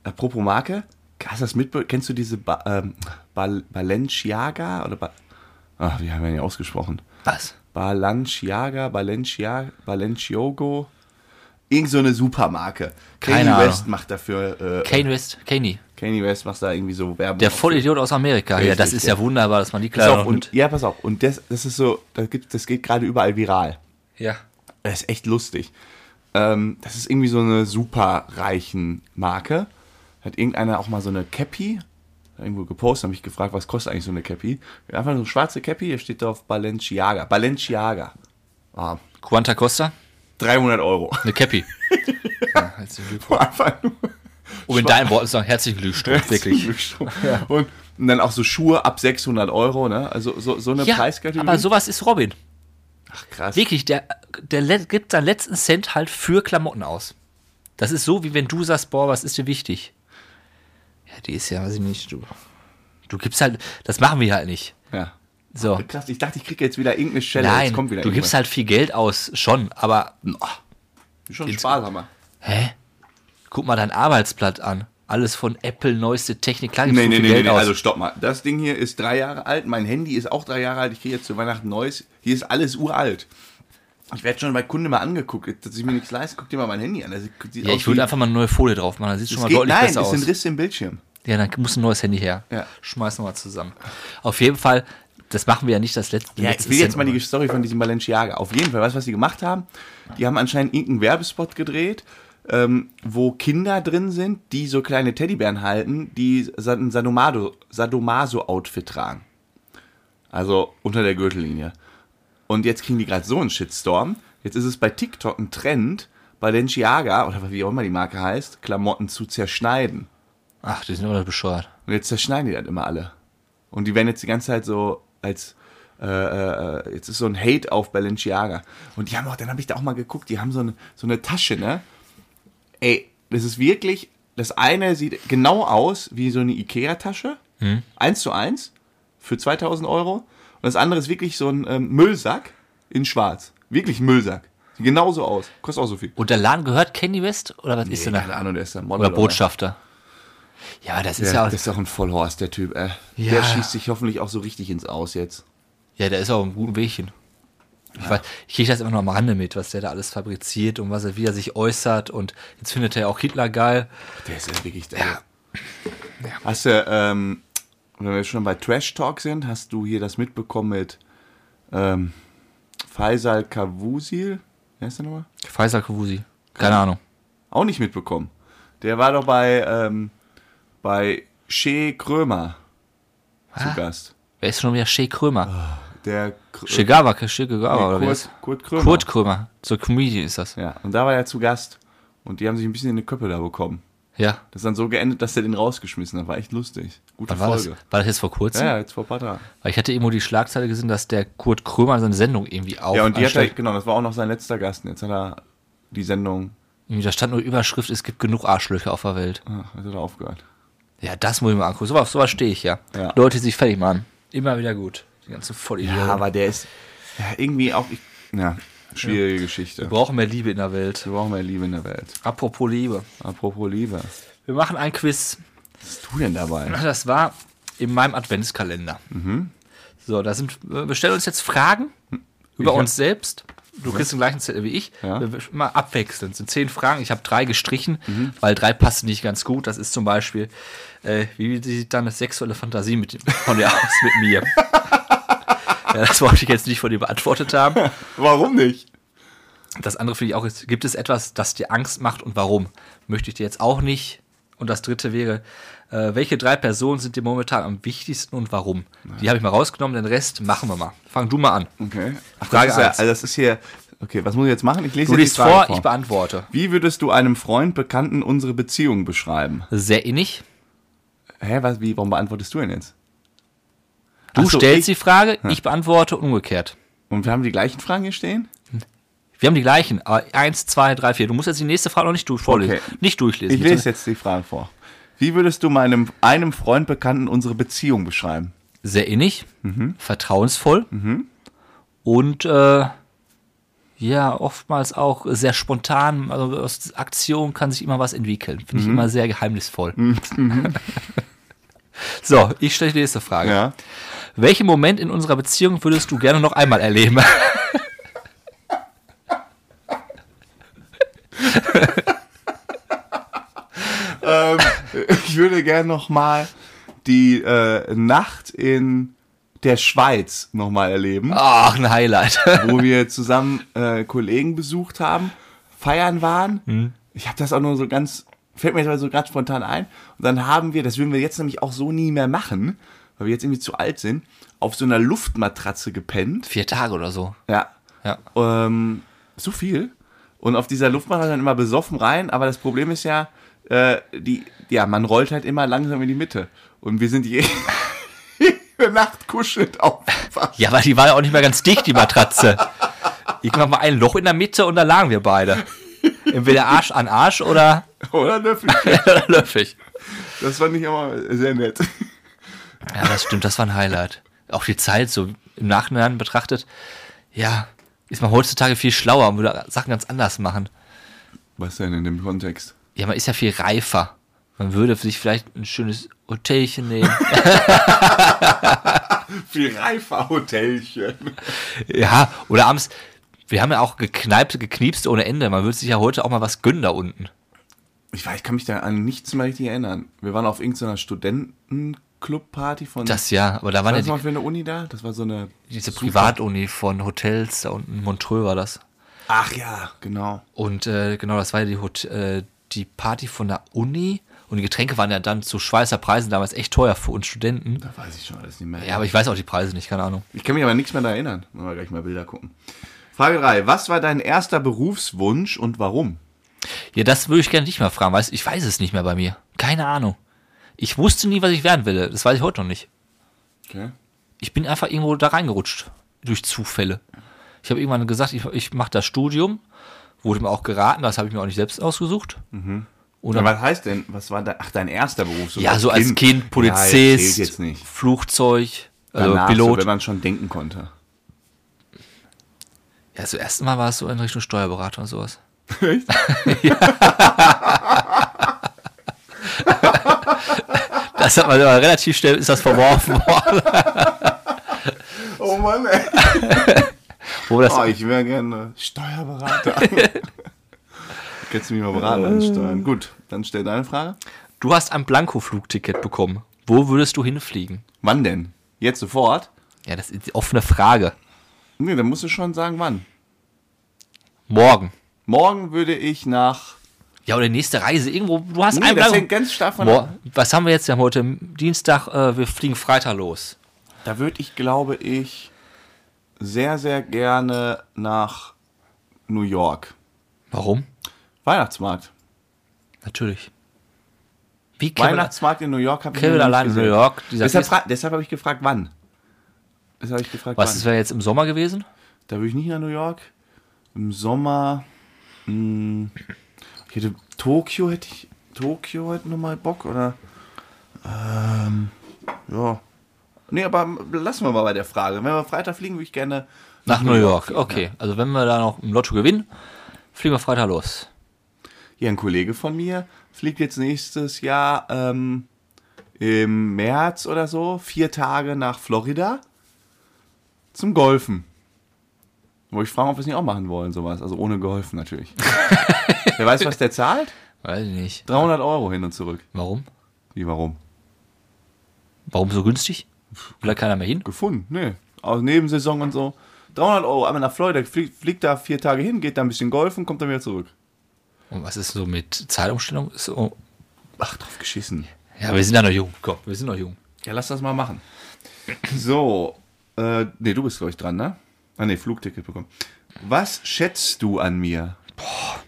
Speaker 1: apropos Marke, hast du das mitbe kennst du diese ba ähm, Bal Balenciaga oder ba Ach, wie haben wir den ausgesprochen?
Speaker 2: Was?
Speaker 1: Balenciaga, Balencia, Balenciogo. Irgend so eine Supermarke.
Speaker 2: Keine
Speaker 1: Kanye
Speaker 2: Ahnung.
Speaker 1: West macht dafür, äh,
Speaker 2: Kane West, Kaney.
Speaker 1: Kanye West macht da irgendwie so Werbung.
Speaker 2: Der
Speaker 1: auf-
Speaker 2: Vollidiot aus Amerika. ja,
Speaker 1: Richtig,
Speaker 2: das ist ja.
Speaker 1: ja.
Speaker 2: wunderbar, dass man die
Speaker 1: Pass
Speaker 2: Kleider
Speaker 1: auf,
Speaker 2: noch
Speaker 1: und,
Speaker 2: mit.
Speaker 1: ja, pass auf. Und das, das ist so, das, gibt, das geht gerade überall viral.
Speaker 2: Ja.
Speaker 1: Das ist echt lustig. Ähm, das ist irgendwie so eine superreichen Marke. Hat irgendeiner auch mal so eine Cappy irgendwo gepostet, habe mich gefragt, was kostet eigentlich so eine Cappy? Einfach so eine schwarze Cappy, hier steht drauf Balenciaga. Balenciaga. Ah,
Speaker 2: Quanta Costa,
Speaker 1: 300 Euro. <laughs>
Speaker 2: eine Cappy. ja, herzlichen Glückwunsch.
Speaker 1: Einfach nur.
Speaker 2: Um in deinen Worten zu sagen, herzlichen Glückwunsch, <laughs> wirklich.
Speaker 1: Und, und dann auch so Schuhe ab 600 Euro, ne? Also so, so eine
Speaker 2: Ja,
Speaker 1: Preiskategorie.
Speaker 2: aber sowas ist Robin.
Speaker 1: Ach, krass.
Speaker 2: Wirklich, der, der le- gibt seinen letzten Cent halt für Klamotten aus. Das ist so, wie wenn du sagst, boah, was ist dir wichtig? Ja, die ist ja, weiß ich nicht, du. Du gibst halt, das machen wir halt nicht.
Speaker 1: Ja.
Speaker 2: So.
Speaker 1: Krass, ich dachte, ich kriege jetzt wieder irgendeine Schelle.
Speaker 2: Nein,
Speaker 1: jetzt kommt wieder
Speaker 2: du gibst halt viel Geld aus, schon, aber
Speaker 1: halt. Schon sparsamer.
Speaker 2: Hä? Guck mal dein Arbeitsblatt an. Alles von Apple, neueste Technik. Klar gibt's
Speaker 1: Nee,
Speaker 2: Um so
Speaker 1: nee,
Speaker 2: viel
Speaker 1: nee, nee,
Speaker 2: Geld
Speaker 1: nee,
Speaker 2: aus.
Speaker 1: also stopp mal. Das Ding hier ist drei Jahre alt, mein Handy ist auch drei Jahre alt, ich kriege jetzt zu Weihnachten neues. Hier ist alles uralt. Ich werde schon bei Kunden mal angeguckt, dass ich mir nichts leiste. Guck dir mal mein Handy an. Das sieht, sieht
Speaker 2: ja,
Speaker 1: aus
Speaker 2: ich
Speaker 1: wie-
Speaker 2: würde einfach mal eine neue Folie drauf machen. Dann sieht
Speaker 1: Es
Speaker 2: schon mal
Speaker 1: geht-
Speaker 2: deutlich
Speaker 1: Nein,
Speaker 2: besser
Speaker 1: es sind
Speaker 2: aus.
Speaker 1: Risse im Bildschirm.
Speaker 2: Ja, dann muss ein neues Handy her.
Speaker 1: Ja.
Speaker 2: Schmeiß nochmal zusammen. Auf jeden Fall, das machen wir ja nicht das letzte.
Speaker 1: Ja, ich
Speaker 2: letzte
Speaker 1: will jetzt
Speaker 2: Cent
Speaker 1: mal die
Speaker 2: nochmal.
Speaker 1: Story von diesem Balenciaga. Auf jeden Fall, weißt du, was die gemacht haben? Die haben anscheinend irgendeinen Werbespot gedreht, ähm, wo Kinder drin sind, die so kleine Teddybären halten, die sa- ein Sadomado- Sadomaso-Outfit tragen. Also unter der Gürtellinie. Und jetzt kriegen die gerade so einen Shitstorm. Jetzt ist es bei TikTok ein Trend, Balenciaga, oder wie auch immer die Marke heißt, Klamotten zu zerschneiden.
Speaker 2: Ach, die sind immer noch bescheuert.
Speaker 1: Und jetzt zerschneiden die das immer alle. Und die werden jetzt die ganze Zeit so als äh, äh, jetzt ist so ein Hate auf Balenciaga. Und die haben auch, dann habe ich da auch mal geguckt, die haben so eine, so eine Tasche, ne? Ey, das ist wirklich, das eine sieht genau aus wie so eine Ikea-Tasche,
Speaker 2: Mhm.
Speaker 1: eins zu eins, für 2000 Euro. Und das andere ist wirklich so ein ähm, Müllsack in schwarz. Wirklich ein Müllsack. Sieht genauso aus. Kostet auch so viel.
Speaker 2: Und der Laden gehört Kanye West? Oder was ist denn
Speaker 1: keine
Speaker 2: da?
Speaker 1: Ahnung, der ist ein Model.
Speaker 2: Oder Botschafter? Ja, das ist ja,
Speaker 1: das ist auch ein Vollhorst, der Typ, ey.
Speaker 2: Ja.
Speaker 1: Der schießt sich hoffentlich auch so richtig ins Aus jetzt.
Speaker 2: Ja, der ist auch im guten Wegchen. Ich, weiß, ich kriege das immer noch am Rande mit, was der da alles fabriziert und was er, wie er sich äußert. Und jetzt findet er ja auch Hitler geil.
Speaker 1: Der ist ja wirklich der. Hast du, ähm, wenn wir schon bei Trash Talk sind, hast du hier das mitbekommen mit ähm, Faisal Kavusil? Wer ist der nochmal?
Speaker 2: Faisal Kawusi. Keine Ahnung.
Speaker 1: Auch nicht mitbekommen. Der war doch bei, ähm, bei Shea Krömer zu
Speaker 2: Ah.
Speaker 1: Gast.
Speaker 2: Wer ist schon wieder Shea Krömer?
Speaker 1: Der Kr
Speaker 2: Shigawa, Shigawa oder wer ist?
Speaker 1: Ah, Kurt, Kurt Krömer.
Speaker 2: Kurt Krömer. So Comedian ist das.
Speaker 1: Ja, und da war er zu Gast. Und die haben sich ein bisschen in die Köppe da bekommen.
Speaker 2: Ja.
Speaker 1: Das ist dann so geendet, dass er den rausgeschmissen hat. War echt lustig. Gute
Speaker 2: Wann war das?
Speaker 1: Folge.
Speaker 2: War das jetzt vor kurzem?
Speaker 1: Ja, ja, jetzt vor ein paar Tagen.
Speaker 2: Weil ich hatte irgendwo die Schlagzeile gesehen, dass der Kurt Krömer seine Sendung irgendwie auf.
Speaker 1: Ja, und die hat er,
Speaker 2: anstellt.
Speaker 1: genau, das war auch noch sein letzter Gast. Und Jetzt hat er die Sendung,
Speaker 2: Irgendwie, Da stand nur Überschrift, es gibt genug Arschlöcher auf der Welt.
Speaker 1: ah, hat er aufgehört.
Speaker 2: Ja, das muss ich mal angucken. So auf sowas stehe ich ja.
Speaker 1: Ja.
Speaker 2: Leute, die sich fertig machen. Immer wieder gut. Die ganzen Vollidioten.
Speaker 1: der ist ja, irgendwie auch, ich, ja, Schwierige Geschichte.
Speaker 2: Wir brauchen mehr Liebe in der Welt.
Speaker 1: Wir brauchen mehr Liebe in der Welt.
Speaker 2: Apropos Liebe.
Speaker 1: Apropos Liebe. Was
Speaker 2: Wir machen ein Quiz.
Speaker 1: bist du denn dabei?
Speaker 2: <laughs> Das war in meinem Adventskalender.
Speaker 1: Mhm.
Speaker 2: So, da sind, äh, wir stellen uns jetzt Fragen
Speaker 1: Ich
Speaker 2: über
Speaker 1: hab-
Speaker 2: uns selbst. Du kriegst den gleichen Zettel wie ich.
Speaker 1: Ja.
Speaker 2: Wir mal abwechselnd. Es sind zehn Fragen. Ich habe drei gestrichen,
Speaker 1: Mhm.
Speaker 2: weil drei passen nicht ganz gut. Das ist zum Beispiel, äh, wie sieht deine sexuelle Fantasie mit, von dir aus mit mir?
Speaker 1: <laughs>
Speaker 2: ja, das wollte ich jetzt nicht von dir beantwortet haben.
Speaker 1: Warum nicht?
Speaker 2: Das andere finde ich auch, ist, gibt es etwas, das dir Angst macht und warum? Möchte ich dir jetzt auch nicht. Und das dritte wäre, äh, welche drei Personen sind dir momentan am wichtigsten und warum? Die habe ich mal rausgenommen, den Rest machen wir mal. Fang du mal an.
Speaker 1: Okay. Ach,
Speaker 2: Frage
Speaker 1: das ist ja,
Speaker 2: eins.
Speaker 1: also das ist hier. Okay, was muss ich jetzt machen? Ich lese jetzt
Speaker 2: Du
Speaker 1: die
Speaker 2: liest
Speaker 1: Frage
Speaker 2: vor, ich beantworte.
Speaker 1: Wie würdest du einem Freund, Bekannten unsere Beziehung beschreiben?
Speaker 2: Sehr innig.
Speaker 1: Hä, was, wie, warum beantwortest du denn jetzt?
Speaker 2: Du
Speaker 1: Ach so,
Speaker 2: stellst
Speaker 1: ich-
Speaker 2: die Frage, ich beantworte und umgekehrt.
Speaker 1: Und wir haben die gleichen Fragen hier stehen?
Speaker 2: Wir haben die gleichen, aber eins, zwei, drei, vier. Du musst jetzt die nächste Frage noch nicht durch vorlesen.
Speaker 1: Okay.
Speaker 2: Nicht durchlesen.
Speaker 1: Ich lese jetzt die Fragen vor. Wie würdest du meinem einem Freund, Bekannten unsere Beziehung beschreiben?
Speaker 2: Sehr innig, vertrauensvoll und äh, ja, oftmals auch sehr spontan. Also aus Aktion kann sich immer was entwickeln. Finde ich immer sehr geheimnisvoll. so, ich stelle die nächste Frage.
Speaker 1: Ja.
Speaker 2: Welchen Moment in unserer Beziehung würdest du gerne noch einmal erleben? <laughs>
Speaker 1: Ich würde gerne nochmal die äh, Nacht in der Schweiz nochmal erleben,
Speaker 2: Ach, ein Highlight. <laughs>
Speaker 1: wo wir zusammen äh, Kollegen besucht haben, feiern waren. Ich habe das auch nur so ganz, fällt mir jetzt mal so ganz spontan ein. Und dann haben wir, das würden wir jetzt nämlich auch so nie mehr machen, weil wir jetzt irgendwie zu alt sind, auf so einer Luftmatratze gepennt.
Speaker 2: Vier Tage oder so.
Speaker 1: Ja.
Speaker 2: Ja.
Speaker 1: Ähm, so viel. Und auf dieser Luftmatratze dann immer besoffen rein, aber das Problem ist ja, äh, die, ja, man rollt halt immer langsam in die Mitte. Und wir sind <laughs> jede Nacht kuschelt auf.
Speaker 2: Ja, weil die war ja auch nicht mehr ganz dicht, die Matratze. Irgendwann war ein Loch in der Mitte und da lagen wir beide. Entweder Arsch an Arsch oder <laughs>
Speaker 1: Oder Löffel?
Speaker 2: löffig.
Speaker 1: Das fand ich immer sehr nett.
Speaker 2: Ja, das stimmt, das war ein Highlight. Auch die Zeit, so im Nachhinein betrachtet, ja, ist man heutzutage viel schlauer und würde Sachen ganz anders machen.
Speaker 1: Was denn in dem Kontext?
Speaker 2: Ja, man ist ja viel reifer. Man würde sich vielleicht ein schönes Hotelchen nehmen.
Speaker 1: Viel reifer Hotelchen.
Speaker 2: <laughs> ja, oder abends, wir haben ja auch gekneipte, gekniepste ohne Ende. Man würde sich ja heute auch mal was gönnen da unten.
Speaker 1: Ich weiß, ich kann mich da an nichts mehr richtig erinnern. Wir waren auf irgendeiner Studentenclub-Party von.
Speaker 2: Das ja, aber da waren ja
Speaker 1: was
Speaker 2: die
Speaker 1: war für eine Uni da? Das war so eine.
Speaker 2: Diese Privatuni von Hotels, da unten Montreux war das.
Speaker 1: Ach ja, genau.
Speaker 2: Und äh, genau, das war ja die, Hot äh, die Party von der Uni. Und die Getränke waren ja dann zu Schweizer Preisen damals echt teuer für uns Studenten.
Speaker 1: Da weiß ich schon alles nicht mehr.
Speaker 2: Ja, aber ich weiß auch die Preise nicht, keine Ahnung.
Speaker 1: Ich kann mich aber nichts mehr daran erinnern. Wollen wir gleich mal Bilder gucken. Frage 3. Was war dein erster Berufswunsch und warum?
Speaker 2: Ja, das würde ich gerne dich mal fragen, weißt du? Ich weiß es nicht mehr bei mir. Keine Ahnung. Ich wusste nie, was ich werden will. Das weiß ich heute noch nicht.
Speaker 1: Okay.
Speaker 2: Ich bin einfach irgendwo da reingerutscht. Durch Zufälle. Ich habe irgendwann gesagt, ich, ich mache das Studium. Wurde mir auch geraten, das habe ich mir auch nicht selbst ausgesucht.
Speaker 1: Mhm. Oder was heißt denn, was war dein, ach, dein erster Berufswunsch?
Speaker 2: Ja, so als Kind,
Speaker 1: Ja,
Speaker 2: Polizist,
Speaker 1: zählt jetzt nicht.
Speaker 2: Flugzeug, also
Speaker 1: Danach, So,
Speaker 2: Pilot.
Speaker 1: wenn man schon denken konnte.
Speaker 2: ja, so ersten Mal war es so in Richtung Steuerberater und sowas.
Speaker 1: <laughs> Echt?
Speaker 2: Das hat man aber relativ schnell, ist das verworfen worden.
Speaker 1: Oh Mann, ey.
Speaker 2: <laughs>
Speaker 1: <laughs>
Speaker 2: Wo das,
Speaker 1: Oh, ich wäre gerne
Speaker 2: <laughs>
Speaker 1: Steuerberater. Kannst du mich mal beraten an Steuern? Gut, dann stell deine Frage.
Speaker 2: du hast ein Blankoflugticket bekommen. Wo würdest du hinfliegen?
Speaker 1: Wann denn? Jetzt sofort?
Speaker 2: Ja, das ist die offene Frage.
Speaker 1: Nee, dann musst du schon sagen, wann.
Speaker 2: Morgen.
Speaker 1: Morgen würde ich nach.
Speaker 2: Ja, oder nächste Reise irgendwo. Du hast
Speaker 1: Nee,
Speaker 2: ein
Speaker 1: das
Speaker 2: Blanko-
Speaker 1: hängt ganz stark von
Speaker 2: Mor- Was haben wir jetzt? Wir haben heute Dienstag, äh, wir fliegen Freitag los.
Speaker 1: Da würde ich, glaube ich, sehr, sehr gerne nach New York.
Speaker 2: Warum?
Speaker 1: Weihnachtsmarkt.
Speaker 2: Natürlich. Wie kann man,
Speaker 1: Weihnachtsmarkt in New York habe ich
Speaker 2: Kevin
Speaker 1: noch nicht
Speaker 2: allein in
Speaker 1: gesehen.
Speaker 2: New York, dieser
Speaker 1: Deshalb,
Speaker 2: Fest-
Speaker 1: fra- deshalb habe ich gefragt, wann. Deshalb habe ich gefragt,
Speaker 2: Was,
Speaker 1: wann.
Speaker 2: das wäre jetzt im Sommer gewesen?
Speaker 1: Da würde ich nicht nach New York. Im Sommer. Mh, ich hätte Tokio hätte ich. Tokio hätte nochmal Bock oder. Ähm, ja. Nee, aber lassen wir mal bei der Frage. Wenn wir Freitag fliegen, würde ich gerne
Speaker 2: Nach New York, okay. Also wenn wir da noch im Lotto gewinnen, fliegen wir Freitag los.
Speaker 1: Hier ein Kollege von mir fliegt jetzt nächstes Jahr ähm, im März oder so vier Tage nach Florida zum Golfen. Wo ich frage, ob wir es nicht auch machen wollen, sowas. Also ohne geholfen <laughs> natürlich. Wer weiß, was der zahlt?
Speaker 2: Weiß ich nicht.
Speaker 1: 300 Euro hin und zurück.
Speaker 2: Warum?
Speaker 1: Wie, warum?
Speaker 2: Warum so günstig? Will da keiner mehr hin?
Speaker 1: Gefunden, ne. Aus Nebensaison und so. 300 Euro, einmal nach Florida, fliegt, fliegt da vier Tage hin, geht da ein bisschen golfen, kommt dann wieder zurück.
Speaker 2: Und was ist so mit Zeitumstellung? Ist so,
Speaker 1: Ach, drauf geschissen.
Speaker 2: ja, wir sind ja noch jung. Komm, wir sind noch jung.
Speaker 1: Ja, lass das mal machen. <clears throat> So, äh, nee, du bist, glaube ich, dran, ne? Ah, nee, Flugticket bekommen. Was schätzt du an mir? Boah,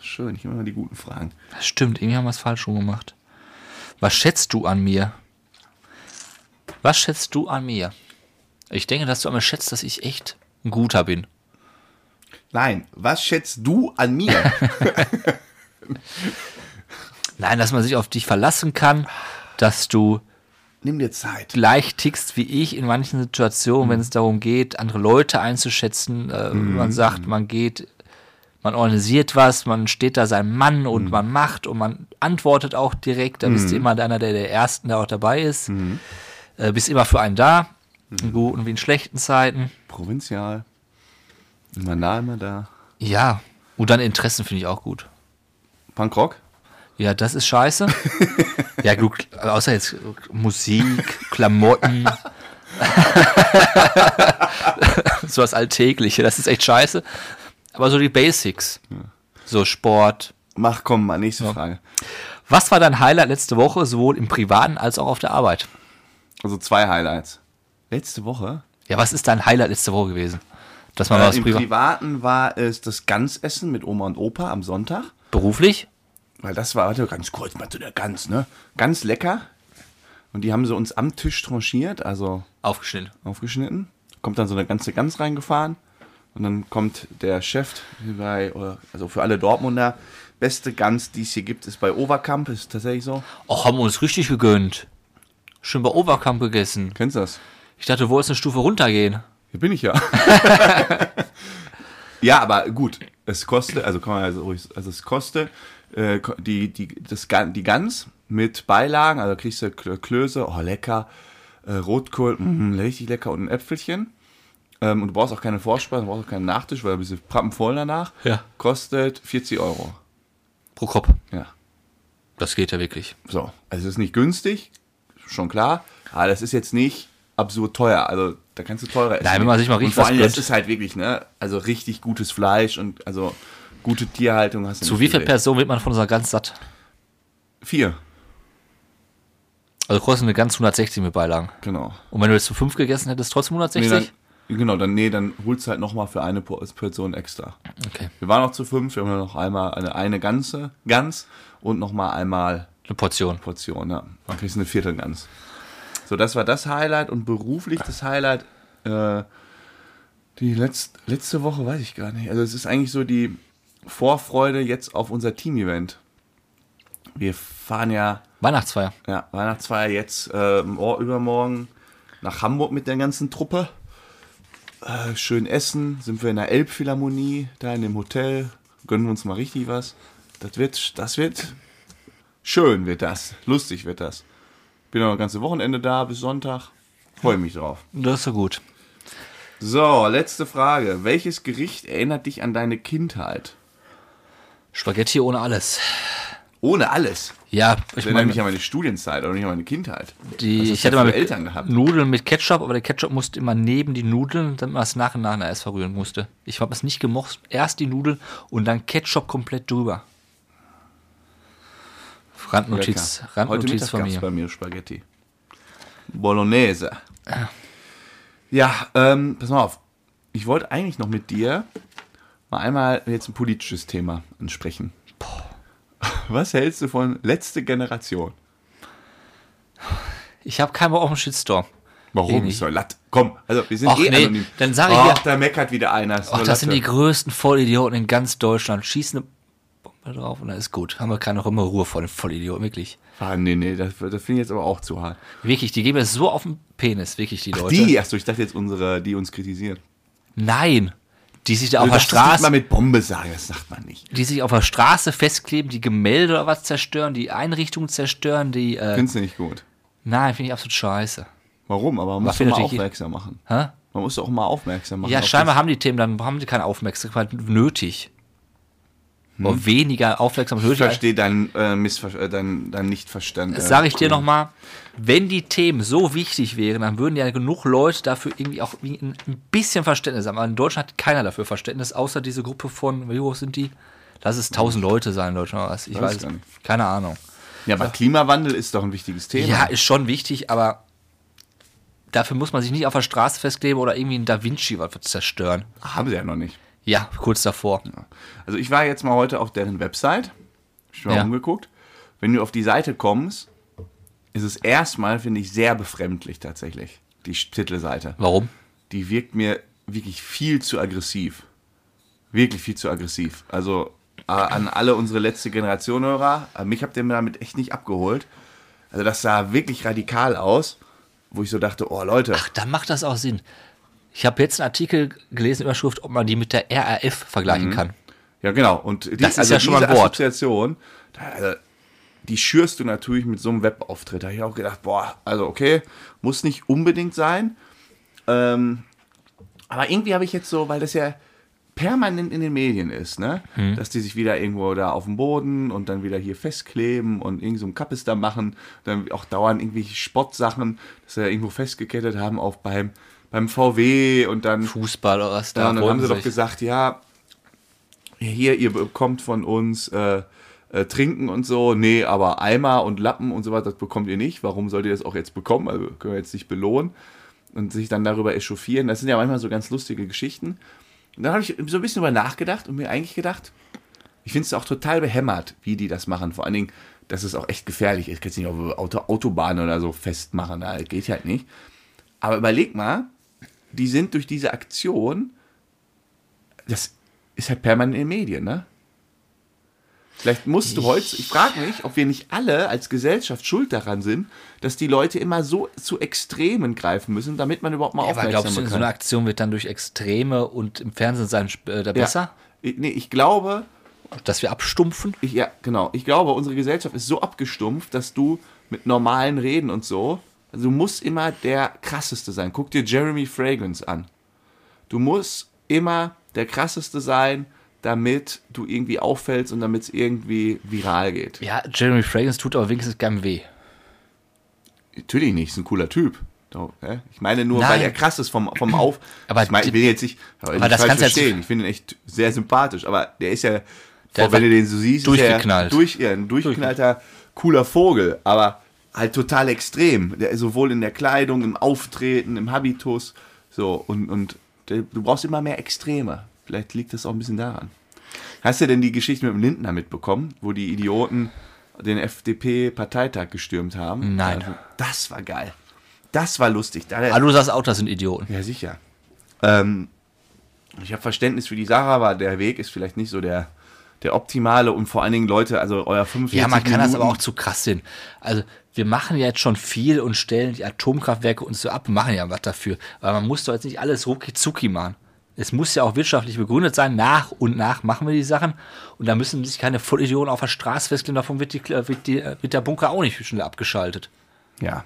Speaker 1: schön, ich immer die guten Fragen.
Speaker 2: Das stimmt, irgendwie haben wir es falsch rum gemacht. Was schätzt du an mir? Was schätzt du an mir? Ich denke, dass du an mir schätzt, dass ich echt ein guter bin.
Speaker 1: Nein, was schätzt du an mir? <laughs>
Speaker 2: Nein, dass man sich auf dich verlassen kann, dass du
Speaker 1: Nimm dir Zeit.
Speaker 2: gleich tickst wie ich in manchen Situationen, wenn es darum geht, andere Leute einzuschätzen. Äh, Man sagt, man geht, man organisiert was, man steht da sein Mann und man macht und man antwortet auch direkt. Da bist du immer einer der, der Ersten, der auch dabei ist. Äh, bist immer für einen da, in guten wie in schlechten Zeiten.
Speaker 1: Provinzial. Immer nah, immer da.
Speaker 2: Ja, und dann Interessen finde ich auch gut.
Speaker 1: Punkrock?
Speaker 2: Ja, das ist scheiße. ja, gut, außer jetzt Musik, Klamotten. <laughs> so was Alltägliche, das ist echt scheiße. Aber so die Basics. So Sport.
Speaker 1: Mach, komm mal, nächste Frage.
Speaker 2: Was war dein Highlight letzte Woche, sowohl im Privaten als auch auf der Arbeit?
Speaker 1: Also zwei Highlights. Letzte Woche?
Speaker 2: Ja, was ist dein Highlight letzte Woche gewesen? Dass man
Speaker 1: Äh,
Speaker 2: was
Speaker 1: Im
Speaker 2: privat.
Speaker 1: Privaten war es das Ganzessen mit Oma und Opa am Sonntag.
Speaker 2: Beruflich?
Speaker 1: Weil das war, warte, ganz kurz mal zu der Gans, ne? Ganz lecker. Und die haben sie uns am Tisch tranchiert, also
Speaker 2: Aufgeschnitten.
Speaker 1: aufgeschnitten. Kommt dann so eine ganze Gans reingefahren. Und dann kommt der Chef bei, oder- also für alle Dortmunder, beste Gans, die es hier gibt, ist bei Overkamp, ist tatsächlich so.
Speaker 2: Och, Oh, haben wir uns richtig gegönnt. Schön bei Oberkamp gegessen.
Speaker 1: Kennst du das?
Speaker 2: Ich dachte, du wolltest eine Stufe runtergehen.
Speaker 1: Hier bin ich ja. ja, aber gut, es kostet, also kann man also ruhig, also es kostet äh, ko- die, die, das, Gan- die Gans mit Beilagen, also kriegst du Kl- Klöße, oh lecker, äh, Rotkohl, mm, richtig lecker und ein Äpfelchen. Ähm, und du brauchst auch keine Vorspeise, du brauchst auch keinen Nachtisch, weil du bist prappenvoll danach.
Speaker 2: Ja.
Speaker 1: Kostet 40 Euro.
Speaker 2: Pro Kopf.
Speaker 1: Ja.
Speaker 2: Das geht ja wirklich.
Speaker 1: So, also es ist nicht günstig, schon klar, aber das ist jetzt nicht absurd teuer. Also da kannst du teurer essen.
Speaker 2: Nein, wenn man sich mal richtig
Speaker 1: und vor
Speaker 2: was
Speaker 1: allem, das
Speaker 2: gönnt.
Speaker 1: ist halt wirklich, ne? Also richtig gutes Fleisch und also gute Tierhaltung hast du.
Speaker 2: Zu
Speaker 1: nicht
Speaker 2: wie viel
Speaker 1: gesehen.
Speaker 2: Personen wird man von unserer Gans satt?
Speaker 1: Vier,
Speaker 2: Also kostet eine Gans 160 mit Beilagen.
Speaker 1: genau.
Speaker 2: Und wenn du jetzt zu fünf gegessen hättest, trotzdem
Speaker 1: Nee,
Speaker 2: 160?
Speaker 1: dann, genau, dann, nee, dann holst du halt nochmal für eine Po- Person extra.
Speaker 2: okay.
Speaker 1: Wir waren noch zu fünf, wir haben noch einmal eine, eine ganze Gans und nochmal einmal
Speaker 2: Eine Portion.
Speaker 1: Portion, ja. Dann kriegst du eine Viertelgans. So, das war das Highlight und beruflich das Highlight. Äh, die letzt, letzte Woche weiß ich gar nicht. Also, es ist eigentlich so die Vorfreude jetzt auf unser Team-Event. Wir fahren ja,
Speaker 2: Weihnachtsfeier.
Speaker 1: ja Weihnachtsfeier jetzt äh, mor- übermorgen nach Hamburg mit der ganzen Truppe. Äh, schön essen, sind wir in der Elbphilharmonie, da in dem Hotel, gönnen wir uns mal richtig was. Das wird, das wird schön, wird das, lustig wird das. Bin noch das ganze Wochenende da bis Sonntag, freue mich drauf.
Speaker 2: Das ist so gut.
Speaker 1: So, letzte Frage. Welches Gericht erinnert dich an deine Kindheit?
Speaker 2: Spaghetti ohne alles.
Speaker 1: Ohne alles.
Speaker 2: Ja, ich
Speaker 1: Erinnert
Speaker 2: meine,
Speaker 1: mich an meine Studienzeit oder nicht an meine Kindheit. Was
Speaker 2: die,
Speaker 1: hast
Speaker 2: ich
Speaker 1: du
Speaker 2: hatte
Speaker 1: für
Speaker 2: mal mit
Speaker 1: Eltern gehabt.
Speaker 2: Nudeln mit Ketchup, aber der Ketchup musste immer neben die Nudeln, damit man es nach und nach erst verrühren musste. Ich habe es nicht gemocht. Erst die Nudeln und dann Ketchup komplett drüber. Randnotiz,
Speaker 1: Lecker. Heute
Speaker 2: Randnotiz
Speaker 1: Mittag
Speaker 2: von
Speaker 1: gab's
Speaker 2: mir.
Speaker 1: bei mir Spaghetti. Bolognese.
Speaker 2: Ah.
Speaker 1: Ja, ähm, pass mal auf. Ich wollte eigentlich noch mit dir mal einmal jetzt ein politisches Thema ansprechen. Was hältst du von letzte Generation?
Speaker 2: Ich habe keinen Bock auf einen Shitstorm. Eh
Speaker 1: Warum?
Speaker 2: nicht.
Speaker 1: Ist doch Latt. Komm, also wir sind
Speaker 2: Och,
Speaker 1: eh
Speaker 2: nee,
Speaker 1: anonym.
Speaker 2: dann sag ich
Speaker 1: Ach,
Speaker 2: ja-
Speaker 1: da meckert wieder einer. Ist
Speaker 2: Ach,
Speaker 1: doch
Speaker 2: das sind die
Speaker 1: Latte.
Speaker 2: größten Vollidioten in ganz Deutschland. Schießen eine Bombe drauf und dann ist gut. Haben wir keine immer Ruhe vor den Vollidioten, wirklich.
Speaker 1: Ah, nee, nee, das, das finde ich jetzt aber auch zu hart.
Speaker 2: Wirklich, die geben es so auf den Penis, wirklich, die Leute.
Speaker 1: Die, achso, ich dachte jetzt unsere, die uns kritisieren.
Speaker 2: Nein, die sich da auf der
Speaker 1: das darf
Speaker 2: Straße,
Speaker 1: man mit Bombe sagen, das sagt man nicht.
Speaker 2: die sich auf der Straße festkleben, die Gemälde oder was zerstören, die Einrichtungen zerstören, die. Äh,
Speaker 1: Findest du nicht gut?
Speaker 2: nein, finde ich absolut scheiße.
Speaker 1: Warum? Aber man muss doch
Speaker 2: findet
Speaker 1: mal
Speaker 2: sich-
Speaker 1: aufmerksam machen.
Speaker 2: Hä?
Speaker 1: Man muss doch mal aufmerksam machen.
Speaker 2: Ja,
Speaker 1: auf
Speaker 2: scheinbar haben die Themen, dann haben die keine Aufmerksamkeit nötig. Oder weniger Aufmerksamkeit
Speaker 1: das- Ich
Speaker 2: nötig.
Speaker 1: Hm. verstehe dein, äh, Missver äh, dein, dein Nichtverstand.
Speaker 2: Das
Speaker 1: äh,
Speaker 2: sage ich dir nochmal. Wenn die Themen so wichtig wären, dann würden ja genug Leute dafür irgendwie auch irgendwie ein ein bisschen Verständnis haben. Aber in Deutschland hat keiner dafür Verständnis, außer diese Gruppe von, wie hoch sind die? Lass es tausend Leute sein in Deutschland oder was. Ich
Speaker 1: Weiß
Speaker 2: weiß
Speaker 1: ich
Speaker 2: es
Speaker 1: gar
Speaker 2: nicht. Keine Ahnung.
Speaker 1: Ja, aber Klimawandel ist doch ein wichtiges Thema.
Speaker 2: Ja, ist schon wichtig, aber dafür muss man sich nicht auf der Straße festkleben oder irgendwie ein Da Vinci was zerstören.
Speaker 1: Haben sie ja noch nicht.
Speaker 2: Ja, kurz davor.
Speaker 1: Also ich war jetzt mal heute auf deren Website. Ich habe
Speaker 2: Ja.
Speaker 1: mal umgeguckt. Wenn du auf die Seite kommst, ist es erstmal, finde ich, sehr befremdlich tatsächlich. Die Sch- Titelseite.
Speaker 2: Warum?
Speaker 1: Die wirkt mir wirklich viel zu aggressiv. Wirklich viel zu aggressiv. Also äh, an alle unsere letzte Generation Hörer, äh, mich habt ihr mir damit echt nicht abgeholt. Also das sah wirklich radikal aus, wo ich so dachte, oh Leute,
Speaker 2: Ach, dann macht das auch Sinn. Ich habe jetzt einen Artikel gelesen, Überschrift, ob man die mit der RAF vergleichen
Speaker 1: Mhm.
Speaker 2: kann.
Speaker 1: Ja, genau. Und die,
Speaker 2: Das ist ja schon mal
Speaker 1: diese
Speaker 2: ein Wort.
Speaker 1: Assoziation, da, also, die schürst du natürlich mit so einem Webauftritt. Da habe ich auch gedacht, boah, also okay, muss nicht unbedingt sein. Ähm, aber irgendwie habe ich jetzt so, weil das ja permanent in den Medien ist, ne?
Speaker 2: Mhm.
Speaker 1: Dass die sich wieder irgendwo da auf dem Boden und dann wieder hier festkleben und irgend so ein Kappes da machen, dann auch dauernd irgendwelche Spottsachen, dass sie da irgendwo festgekettet haben, auch beim, beim VW und dann
Speaker 2: Fußball oder was da.
Speaker 1: ja, und dann
Speaker 2: wollen
Speaker 1: haben sie
Speaker 2: sich-
Speaker 1: doch gesagt, ja, hier, ihr bekommt von uns äh, äh, Trinken und so. Nee, aber Eimer und Lappen und so weiter, das bekommt ihr nicht. Warum sollt ihr das auch jetzt bekommen? Also können wir jetzt nicht belohnen und sich dann darüber echauffieren. Das sind ja manchmal so ganz lustige Geschichten. Und dann habe ich so ein bisschen drüber nachgedacht und mir eigentlich gedacht, ich finde es auch total behämmert, wie die das machen. Vor allen Dingen, dass es auch echt gefährlich ist. Kannst du nicht auf Auto, Autobahnen oder so festmachen. Na, geht halt nicht. Aber überleg mal, die sind durch diese Aktion, das ist halt permanent in den Medien, ne? Vielleicht musst du heute, ich frage mich, ob wir nicht alle als Gesellschaft schuld daran sind, dass die Leute immer so zu Extremen greifen müssen, damit man überhaupt mal
Speaker 2: Aber glaubst du,
Speaker 1: aufmerksam
Speaker 2: so
Speaker 1: kann.
Speaker 2: eine Aktion wird dann durch Extreme und im Fernsehen sein sp- äh, da besser?
Speaker 1: Ich, nee, ich glaube,
Speaker 2: Dass wir abstumpfen?
Speaker 1: ich, ja, genau. Ich glaube, unsere Gesellschaft ist so abgestumpft, dass du mit normalen Reden und so, also du musst immer der krasseste sein. Guck dir Jeremy Fragrance an. Du musst immer der krasseste sein, damit du irgendwie auffällst und damit es irgendwie viral geht.
Speaker 2: Ja, Jeremy Fragrance tut aber wenigstens keinem weh.
Speaker 1: Natürlich nicht, ist ein cooler Typ. Doch, ne? Ich meine nur,
Speaker 2: Nein.
Speaker 1: weil er krass ist vom, vom Auf.
Speaker 2: <clears throat> Aber
Speaker 1: ich, meine, ich will jetzt nicht, aber nicht
Speaker 2: das
Speaker 1: falsch
Speaker 2: kannst du jetzt-
Speaker 1: verstehen. Ich finde ihn echt sehr sympathisch, aber der ist ja,
Speaker 2: Der
Speaker 1: boah, wenn
Speaker 2: war
Speaker 1: du den so siehst,
Speaker 2: durchgeknallt.
Speaker 1: Ist er durch, ja, ein durchgeknallter, cooler Vogel, aber halt total extrem. Der, ist sowohl in der Kleidung, im Auftreten, im Habitus, so und, und der, du brauchst immer mehr Extreme. Vielleicht liegt das auch ein bisschen daran. Hast du denn die Geschichte mit dem Lindner mitbekommen, wo die Idioten den FDP-Parteitag gestürmt haben?
Speaker 2: Nein.
Speaker 1: Also, das war geil. Das war lustig. Da der
Speaker 2: Aber Ah, du sagst auch, das sind Idioten.
Speaker 1: ja, sicher. Ähm, ich habe Verständnis für die Sarah, aber der Weg ist vielleicht nicht so der, der optimale und vor allen Dingen Leute, also euer 45
Speaker 2: Ja, man kann
Speaker 1: Minuten,
Speaker 2: das aber auch zu krass sehen. Also, wir machen ja jetzt schon viel und stellen die Atomkraftwerke uns so ab und machen ja was dafür. Weil man muss doch jetzt nicht alles rucki-zucki machen. Es muss ja auch wirtschaftlich begründet sein. Nach und nach machen wir die Sachen. Und da müssen sich keine Vollidioten auf der Straße festlegen. Davon wird, die, äh, wird, die, wird der Bunker auch nicht schnell abgeschaltet.
Speaker 1: Ja.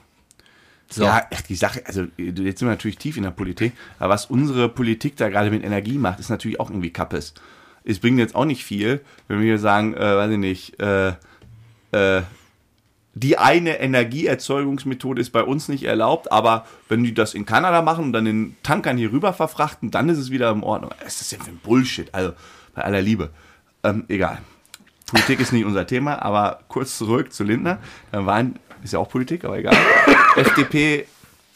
Speaker 2: So.
Speaker 1: Ja, echt die Sache, also jetzt sind wir natürlich tief in der Politik, aber was unsere Politik da gerade mit Energie macht, ist natürlich auch irgendwie Kappes. Es bringt jetzt auch nicht viel, wenn wir sagen, äh, weiß ich nicht, äh, äh, die eine Energieerzeugungsmethode ist bei uns nicht erlaubt, aber wenn die das in Kanada machen und dann den Tankern hier rüber verfrachten, dann ist es wieder in Ordnung. Was ist das denn für ein Bullshit? Also bei aller Liebe. Ähm, egal. Politik ist nicht unser Thema, aber kurz zurück zu Lindner. Da waren, ist ja auch Politik, aber egal. FDP,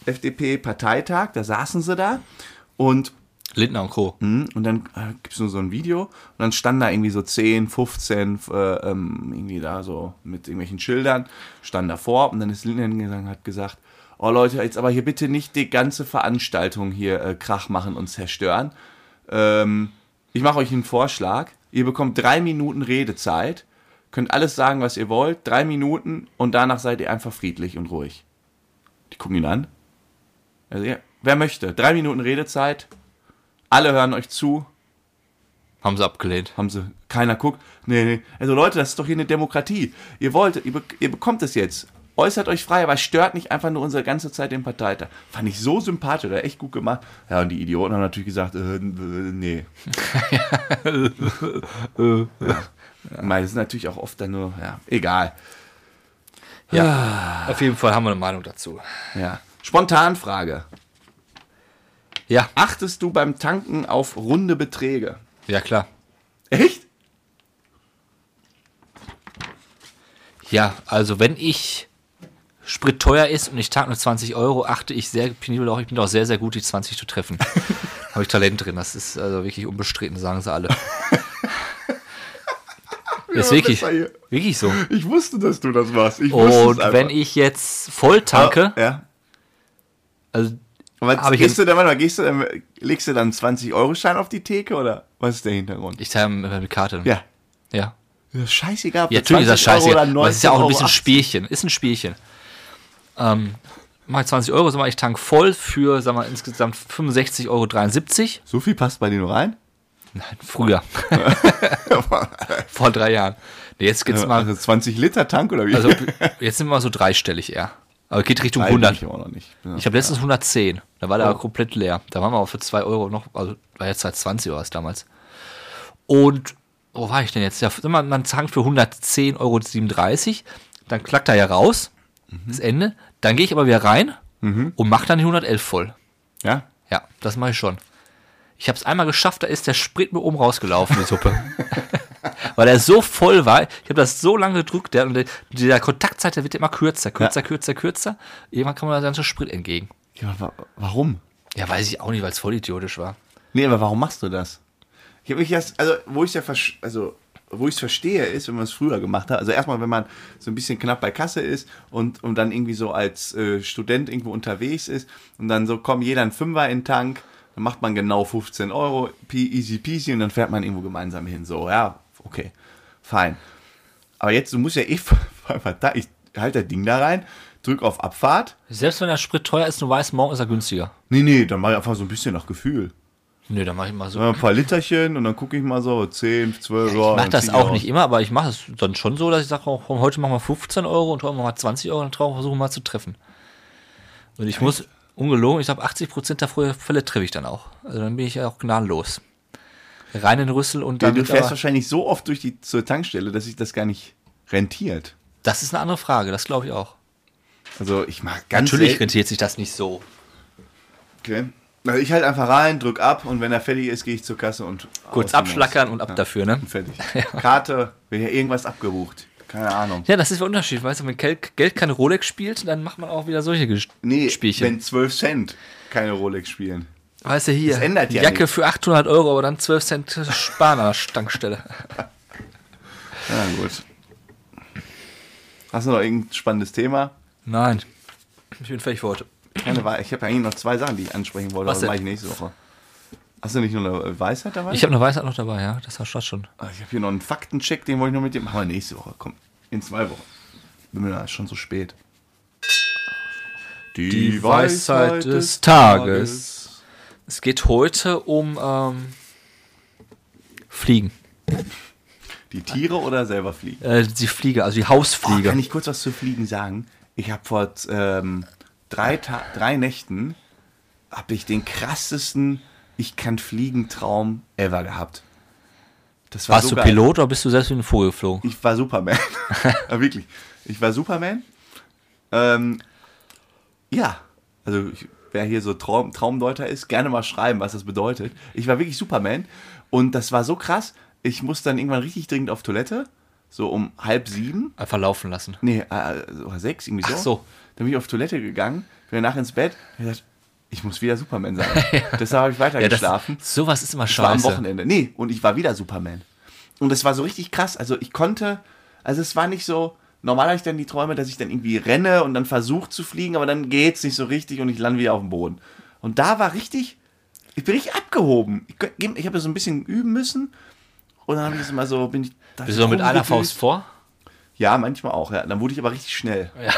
Speaker 1: FDP-Parteitag, da saßen sie da und
Speaker 2: Lindner und Co.
Speaker 1: Mhm, Und dann äh, gibt es nur so ein Video und dann standen da irgendwie so 10, 15, äh, ähm, irgendwie da so mit irgendwelchen Schildern, standen davor und dann ist Lindner hingegangen und hat gesagt, oh Leute, jetzt aber hier bitte nicht die ganze Veranstaltung hier äh, Krach machen und zerstören. Ähm, ich mache euch einen Vorschlag, ihr bekommt drei Minuten Redezeit, könnt alles sagen, was ihr wollt, drei Minuten und danach seid ihr einfach friedlich und ruhig. Die gucken ihn an. Also, ja, wer möchte? Drei Minuten Redezeit, alle hören euch zu,
Speaker 2: Haben sie abgelehnt.
Speaker 1: haben sie, keiner guckt. Nee, nee. Also Leute, das ist doch hier eine Demokratie. Ihr wollt, ihr, be ihr bekommt es jetzt. Äußert euch frei, aber stört nicht einfach nur unsere ganze Zeit den Parteitag. Fand ich so sympathisch, oder echt gut gemacht. Ja, und die Idioten haben natürlich gesagt, äh, äh,
Speaker 2: <laughs>
Speaker 1: nee. ja. Weil es ist natürlich auch oft dann nur, ja, egal.
Speaker 2: Ja. Auf jeden Fall haben wir eine Meinung dazu.
Speaker 1: Ja. Spontanfrage.
Speaker 2: Ja,
Speaker 1: Achtest du beim Tanken auf runde Beträge?
Speaker 2: ja klar.
Speaker 1: Echt?
Speaker 2: Ja, also wenn ich Sprit teuer ist und ich tank nur 20 Euro, achte ich sehr penibel auch. Ich bin auch sehr, sehr gut, die 20
Speaker 1: <laughs>
Speaker 2: zu treffen. Habe ich Talent drin. Das ist also wirklich unbestritten, sagen
Speaker 1: <laughs>
Speaker 2: sie alle. ist wirklich,
Speaker 1: besser hier.
Speaker 2: wirklich so.
Speaker 1: Ich wusste, dass du das machst. Ich wusste
Speaker 2: Und wenn ich jetzt voll tanke,
Speaker 1: Ja.
Speaker 2: also
Speaker 1: Aber
Speaker 2: Hab ich
Speaker 1: gehst
Speaker 2: jetzt-
Speaker 1: du dann, warte mal, gehst du dann, legst du dann einen 20-Euro-Schein auf die Theke oder was ist der Hintergrund?
Speaker 2: ich teile mit meiner Karte.
Speaker 1: Ja.
Speaker 2: ja.
Speaker 1: Ja, Scheißegal, ob
Speaker 2: Ja,
Speaker 1: du
Speaker 2: natürlich ist das
Speaker 1: 20 Euro
Speaker 2: scheiße.
Speaker 1: oder
Speaker 2: Aber es ist ja auch
Speaker 1: 19,80
Speaker 2: ein bisschen Spielchen. Ist ein Spielchen. Ähm, mach ich 20 Euro, sag mal, ich tank voll für, sag mal, insgesamt 65,73 Euro.
Speaker 1: So viel passt bei dir nur rein?
Speaker 2: Nein,
Speaker 1: <laughs>
Speaker 2: früher. Vor drei Jahren. Nee, jetzt geht's mal,
Speaker 1: Also 20 Liter Tank oder wie? <laughs>
Speaker 2: also jetzt sind wir mal so dreistellig eher. Aber geht Richtung
Speaker 1: Nein,
Speaker 2: 100.
Speaker 1: Ich auch noch nicht. Ja.
Speaker 2: Ich habe letztens 110. Da war der
Speaker 1: Oh.
Speaker 2: komplett leer. Da waren wir auch für 2 Euro noch, also war ja 2,20 Euro was damals. Und wo war ich denn jetzt? Ja, sag mal, man tankt für 110,37 Euro. Dann klackt er ja raus,
Speaker 1: Mhm.
Speaker 2: das Ende. Dann gehe ich aber wieder rein und mache dann die 111 voll.
Speaker 1: ja?
Speaker 2: Ja, das mache ich schon. Ich habe es einmal geschafft, da ist der Sprit mir oben rausgelaufen, die Suppe.
Speaker 1: <laughs>
Speaker 2: Weil er so voll war, ich habe das so lange gedrückt, der, und der, dieser Kontaktzeit, der wird immer kürzer, kürzer, kürzer, kürzer. Irgendwann kam mir der ganze Sprit entgegen.
Speaker 1: ja wa- warum?
Speaker 2: Ja, weiß ich auch nicht, weil es voll idiotisch war.
Speaker 1: Nee, aber warum machst du das? Ich habe mich erst, also wo ich ja versch- also wo ich es verstehe, ist, wenn man es früher gemacht hat. Also erstmal, wenn man so ein bisschen knapp bei Kasse ist und, und dann irgendwie so als äh, Student irgendwo unterwegs ist und dann so, komm, jeder ein Fünfer in den Tank, dann macht man genau 15 Euro, pe- easy peasy und dann fährt man irgendwo gemeinsam hin. So, ja, okay, fein. Aber jetzt, du musst ja eh, <laughs> verdammt, ich halte das Ding da rein, drück auf Abfahrt.
Speaker 2: Selbst wenn der Sprit teuer ist, du weißt, morgen ist er günstiger.
Speaker 1: Nee, nee, dann mach ich einfach so ein bisschen nach Gefühl.
Speaker 2: Nö, dann mache ich mal so.
Speaker 1: Ja, ein paar Literchen und dann gucke ich mal so 10, 12 Euro.
Speaker 2: ich mache das auch nicht immer, aber ich mache es dann schon so, dass ich sage, oh, komm, heute machen wir 15 Euro und heute machen wir 20 Euro und dann versuchen wir mal zu treffen. Und ich muss, ungelogen, ich glaube, 80 Prozent der Fälle treffe ich dann auch. Also dann bin ich ja auch gnadenlos. Rein in den Rüssel und dann.
Speaker 1: du fährst
Speaker 2: aber,
Speaker 1: wahrscheinlich so oft durch die zur Tankstelle, dass sich das gar nicht rentiert.
Speaker 2: das ist eine andere Frage, das glaube ich auch.
Speaker 1: Also ich mag ganz
Speaker 2: Natürlich
Speaker 1: selten-
Speaker 2: rentiert sich das nicht so.
Speaker 1: Okay. Also ich halt einfach rein, drück ab und wenn er fertig ist, gehe ich zur Kasse und
Speaker 2: Kurz
Speaker 1: aus dem
Speaker 2: abschlackern
Speaker 1: Haus.
Speaker 2: und ab dafür, ne?
Speaker 1: Und
Speaker 2: <laughs>
Speaker 1: fertig. Karte, wird ja irgendwas abgebucht. Keine Ahnung.
Speaker 2: Ja, das ist der Unterschied. Weißt du, wenn Kel- Geld keine Rolex spielt, dann macht man auch wieder solche Ges-
Speaker 1: Nee, wenn
Speaker 2: Spielchen.
Speaker 1: 12 Cent keine Rolex spielen.
Speaker 2: Weißt du, hier,
Speaker 1: Das ändert ja
Speaker 2: Jacke
Speaker 1: nichts.
Speaker 2: für 800 Euro, aber dann 12 Cent sparen an der Tankstelle.
Speaker 1: Na gut. Hast du noch irgendein spannendes Thema?
Speaker 2: <laughs> Nein. Ich bin fertig für heute.
Speaker 1: Keine Wahl. Ich habe eigentlich noch zwei Sachen, die ich ansprechen wollte,
Speaker 2: Was
Speaker 1: aber das
Speaker 2: denn?
Speaker 1: mache ich nächste Woche. Hast du nicht nur eine Weisheit dabei?
Speaker 2: Ich habe eine Weisheit noch dabei, ja. Das hast du schon.
Speaker 1: Ah, ich habe hier noch einen Faktencheck, den wollte ich noch mit dir machen. Aber nächste Woche, komm. In zwei Wochen. Bin mir da schon so spät. Die,
Speaker 2: Weisheit des Tages. Es geht heute um ähm, Fliegen.
Speaker 1: Die Tiere oder selber fliegen?
Speaker 2: Äh, die Fliege, also die
Speaker 1: Oh,
Speaker 2: Hausfliege.
Speaker 1: kann ich kurz was zu Fliegen sagen? Ich habe vor ähm, drei, Ta drei Nächten habe ich den krassesten Ich kann fliegen Traum ever gehabt. Das war
Speaker 2: Warst
Speaker 1: so
Speaker 2: du
Speaker 1: geil.
Speaker 2: Pilot oder bist du selbst wie ein Vogel geflogen?
Speaker 1: Ich war
Speaker 2: <laughs>
Speaker 1: Superman. ja, wirklich. Ich war Superman. Ähm, ja, also ich, wer hier so Traum, Traumdeuter ist, gerne mal schreiben, was das bedeutet. Ich war wirklich Superman und das war so krass. Ich musste dann irgendwann richtig dringend auf Toilette, so um halb sieben.
Speaker 2: Einfach laufen lassen.
Speaker 1: Nee, äh, so sechs, irgendwie so.
Speaker 2: Ach so.
Speaker 1: Dann bin ich auf Toilette gegangen, bin danach ins Bett und hab gedacht, ich muss wieder Superman sein.
Speaker 2: <laughs>
Speaker 1: Deshalb habe ich weitergeschlafen.
Speaker 2: das, sowas ist immer
Speaker 1: Ich war am
Speaker 2: scheiße.
Speaker 1: Wochenende. Nee, und ich war wieder Superman. Und es war so richtig krass. Also ich konnte, also es war nicht so, normal habe ich dann die Träume, dass ich dann irgendwie renne und dann versuche zu fliegen, aber dann geht's nicht so richtig und ich lande wieder auf dem Boden. Und da war richtig, ich bin richtig abgehoben. Ich, kö- ich habe so ein bisschen üben müssen und dann habe ich das immer so, bin ich... da
Speaker 2: Bist du noch mit einer
Speaker 1: rumgewickelt.
Speaker 2: Faust vor?
Speaker 1: Ja, manchmal auch, ja. Dann wurde ich aber richtig schnell.
Speaker 2: Ja,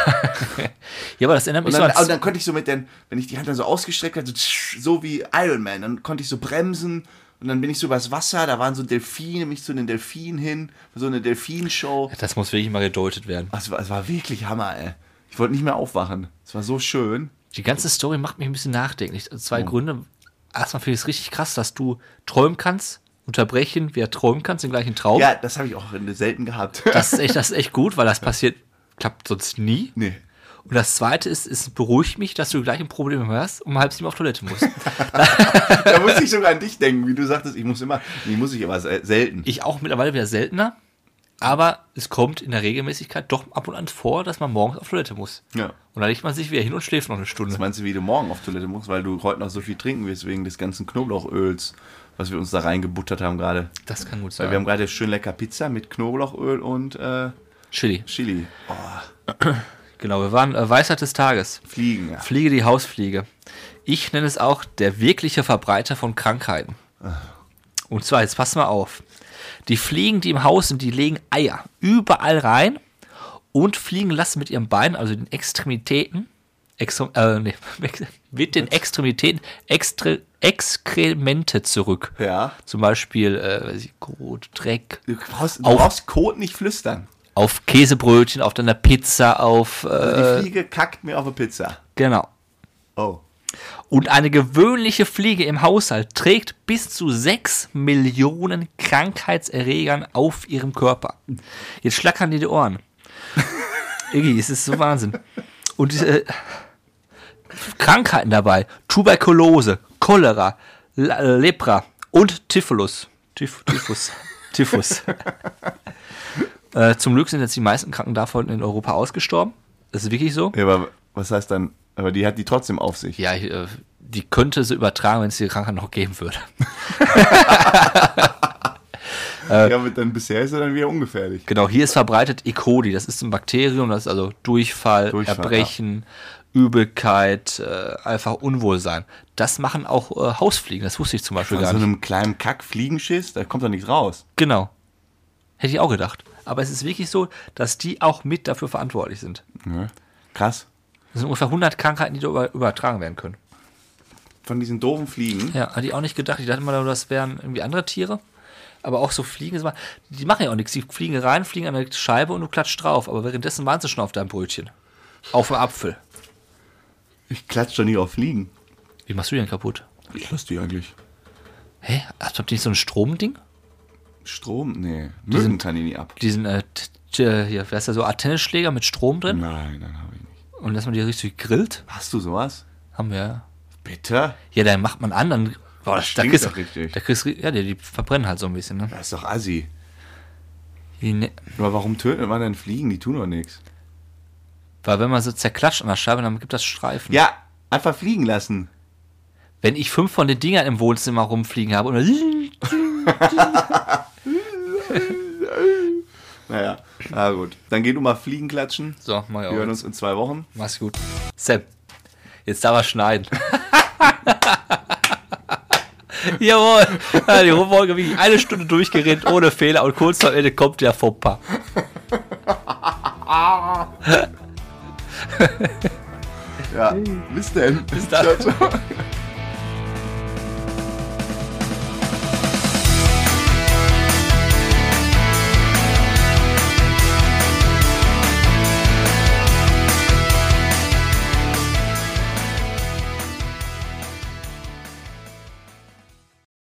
Speaker 2: ja aber das erinnert
Speaker 1: Und
Speaker 2: mich
Speaker 1: dann,
Speaker 2: so an
Speaker 1: und dann konnte ich so mit den, wenn ich die Hand dann so ausgestreckt hatte, so, tsch, so wie Iron Man, dann konnte ich so bremsen und dann bin ich so übers Wasser, da waren so Delfine, mich zu den Delfinen hin, so eine Delfinshow. Ah,
Speaker 2: Das muss wirklich mal gedeutet werden.
Speaker 1: Es war, es war wirklich Hammer, ey. Ich wollte nicht mehr aufwachen. Es war so schön.
Speaker 2: Die ganze Story macht mich ein bisschen nachdenklich. Also
Speaker 1: Oh.
Speaker 2: Zwei Gründe. Erstmal finde ich es richtig krass, dass du träumen kannst, unterbrechen, wieder träumen kannst, den gleichen Traum.
Speaker 1: Ja, das habe ich auch selten gehabt. <laughs>
Speaker 2: Das ist echt, das ist echt gut, weil das passiert, klappt sonst nie.
Speaker 1: Nee.
Speaker 2: Und das zweite ist, es beruhigt mich, dass du die gleichen Probleme hast und um halb sieben auf
Speaker 1: <laughs>
Speaker 2: Toilette musst.
Speaker 1: Da musste ich sogar an dich denken, wie du sagtest, ich muss immer, nee, muss ich aber se- selten.
Speaker 2: Ich auch mittlerweile wieder seltener, aber es kommt in der Regelmäßigkeit doch ab und an vor, dass man morgens auf Toilette muss.
Speaker 1: Ja.
Speaker 2: Und dann legt man sich wieder hin und schläft noch eine Stunde.
Speaker 1: Was meinst du, wie du morgen auf Toilette musst, weil du heute noch so viel trinken wirst wegen des ganzen Knoblauchöls, was wir uns da reingebuttert haben gerade?
Speaker 2: Das kann gut
Speaker 1: Weil
Speaker 2: sein.
Speaker 1: wir haben gerade schön lecker Pizza mit Knoblauchöl und äh,
Speaker 2: Chili.
Speaker 1: Chili. Oh,
Speaker 2: Genau, wir waren äh, Weisheit des Tages.
Speaker 1: Fliegen. Ja.
Speaker 2: Fliege die Hausfliege. Ich nenne es auch der wirkliche Verbreiter von Krankheiten. Und zwar, jetzt pass mal auf. Die Fliegen, die im Haus sind, die legen Eier überall rein und fliegen lassen mit ihrem Bein, also den Extremitäten, Extre äh, nee, <laughs> mit den Extremitäten Extre Exkremente zurück.
Speaker 1: Ja.
Speaker 2: Zum Beispiel, äh, weiß ich, Kot, Dreck,
Speaker 1: Du brauchst, du
Speaker 2: Auf-
Speaker 1: brauchst Kot nicht flüstern.
Speaker 2: auf Käsebrötchen, auf deiner Pizza, auf, äh,
Speaker 1: Also Die Fliege kackt mir auf eine Pizza.
Speaker 2: genau.
Speaker 1: Oh.
Speaker 2: Und eine gewöhnliche Fliege im Haushalt trägt bis zu 6 Millionen Krankheitserregern auf ihrem Körper. Jetzt schlackern dir die Ohren. Iggy, es ist so Wahnsinn. Und äh, Krankheiten dabei: Tuberkulose, Cholera, Le Lepra und Typhus. Typh Typhus. Typhus. äh, zum Glück sind jetzt die meisten Kranken davon in Europa ausgestorben. Das ist wirklich so.
Speaker 1: Ja, aber was heißt dann? Aber die hat die trotzdem auf sich.
Speaker 2: Ja, ich, äh, die könnte sie übertragen, wenn es die Krankheit noch geben würde.
Speaker 1: Ja, aber dann bisher ist er dann wieder ungefährlich.
Speaker 2: <laughs> Genau, hier ist verbreitet E. coli. Das ist ein Bakterium, das ist also Durchfall,
Speaker 1: Durchfall,
Speaker 2: Erbrechen, Übelkeit, äh, einfach Unwohlsein. Das machen auch äh, Hausfliegen, das wusste ich zum Beispiel
Speaker 1: Von so
Speaker 2: gar nicht.
Speaker 1: einem kleinen Kack-Fliegenschiss, da kommt doch nichts raus.
Speaker 2: Genau. Hätte ich auch gedacht. Aber es ist wirklich so, dass die auch mit dafür verantwortlich sind.
Speaker 1: Krass.
Speaker 2: Das sind ungefähr 100 Krankheiten, die da über, übertragen werden können.
Speaker 1: Von diesen doofen Fliegen.
Speaker 2: Ja, hatte ich auch nicht gedacht. Ich dachte immer, das wären irgendwie andere Tiere. Aber auch so Fliegen, das war- die machen ja auch nichts. Die fliegen rein, fliegen an der Scheibe und du klatscht drauf. Aber währenddessen waren sie schon auf deinem Brötchen. Auf dem Apfel.
Speaker 1: Ich klatsch doch nie auf Fliegen.
Speaker 2: Wie machst du die denn kaputt?
Speaker 1: Ich lass die eigentlich.
Speaker 2: Hä? Habt ihr nicht so ein Stromding?
Speaker 1: Strom? Nee. Mücken kann die nie ab.
Speaker 2: Diesen, äh, t- t- äh, hier, wer ist da so, ein Tennisschläger mit Strom drin?
Speaker 1: Nein, dann habe ich nicht.
Speaker 2: Und dass man die richtig grillt?
Speaker 1: Hast du sowas?
Speaker 2: Haben wir ja.
Speaker 1: Bitte?
Speaker 2: Ja, dann macht man an, dann. Boah, das da
Speaker 1: stinkt
Speaker 2: kriegst,
Speaker 1: doch richtig.
Speaker 2: Da kriegst, ja, die, die verbrennen halt so ein bisschen, ne?
Speaker 1: Das ist doch assi.
Speaker 2: Die, ne
Speaker 1: Aber warum tötet man denn Fliegen? Die tun doch nichts.
Speaker 2: weil wenn man so zerklatscht an der Scheibe, dann gibt das Streifen.
Speaker 1: Ja, einfach fliegen lassen.
Speaker 2: Wenn ich fünf von den Dingern im Wohnzimmer rumfliegen habe und dann,
Speaker 1: Naja, na Ah, gut. Dann geh du mal Fliegen klatschen.
Speaker 2: So, mach ich
Speaker 1: Wir
Speaker 2: auch
Speaker 1: hören
Speaker 2: jetzt.
Speaker 1: uns in zwei Wochen.
Speaker 2: Mach's gut. Sam, jetzt darf er schneiden. Jawohl, Ja, die Rumfolge wie eine Stunde durchgeredet, ohne Fehler und kurz vor Ende kommt der Fauxpas.
Speaker 1: Ja, bis denn.
Speaker 2: Bis dann.
Speaker 1: ciao.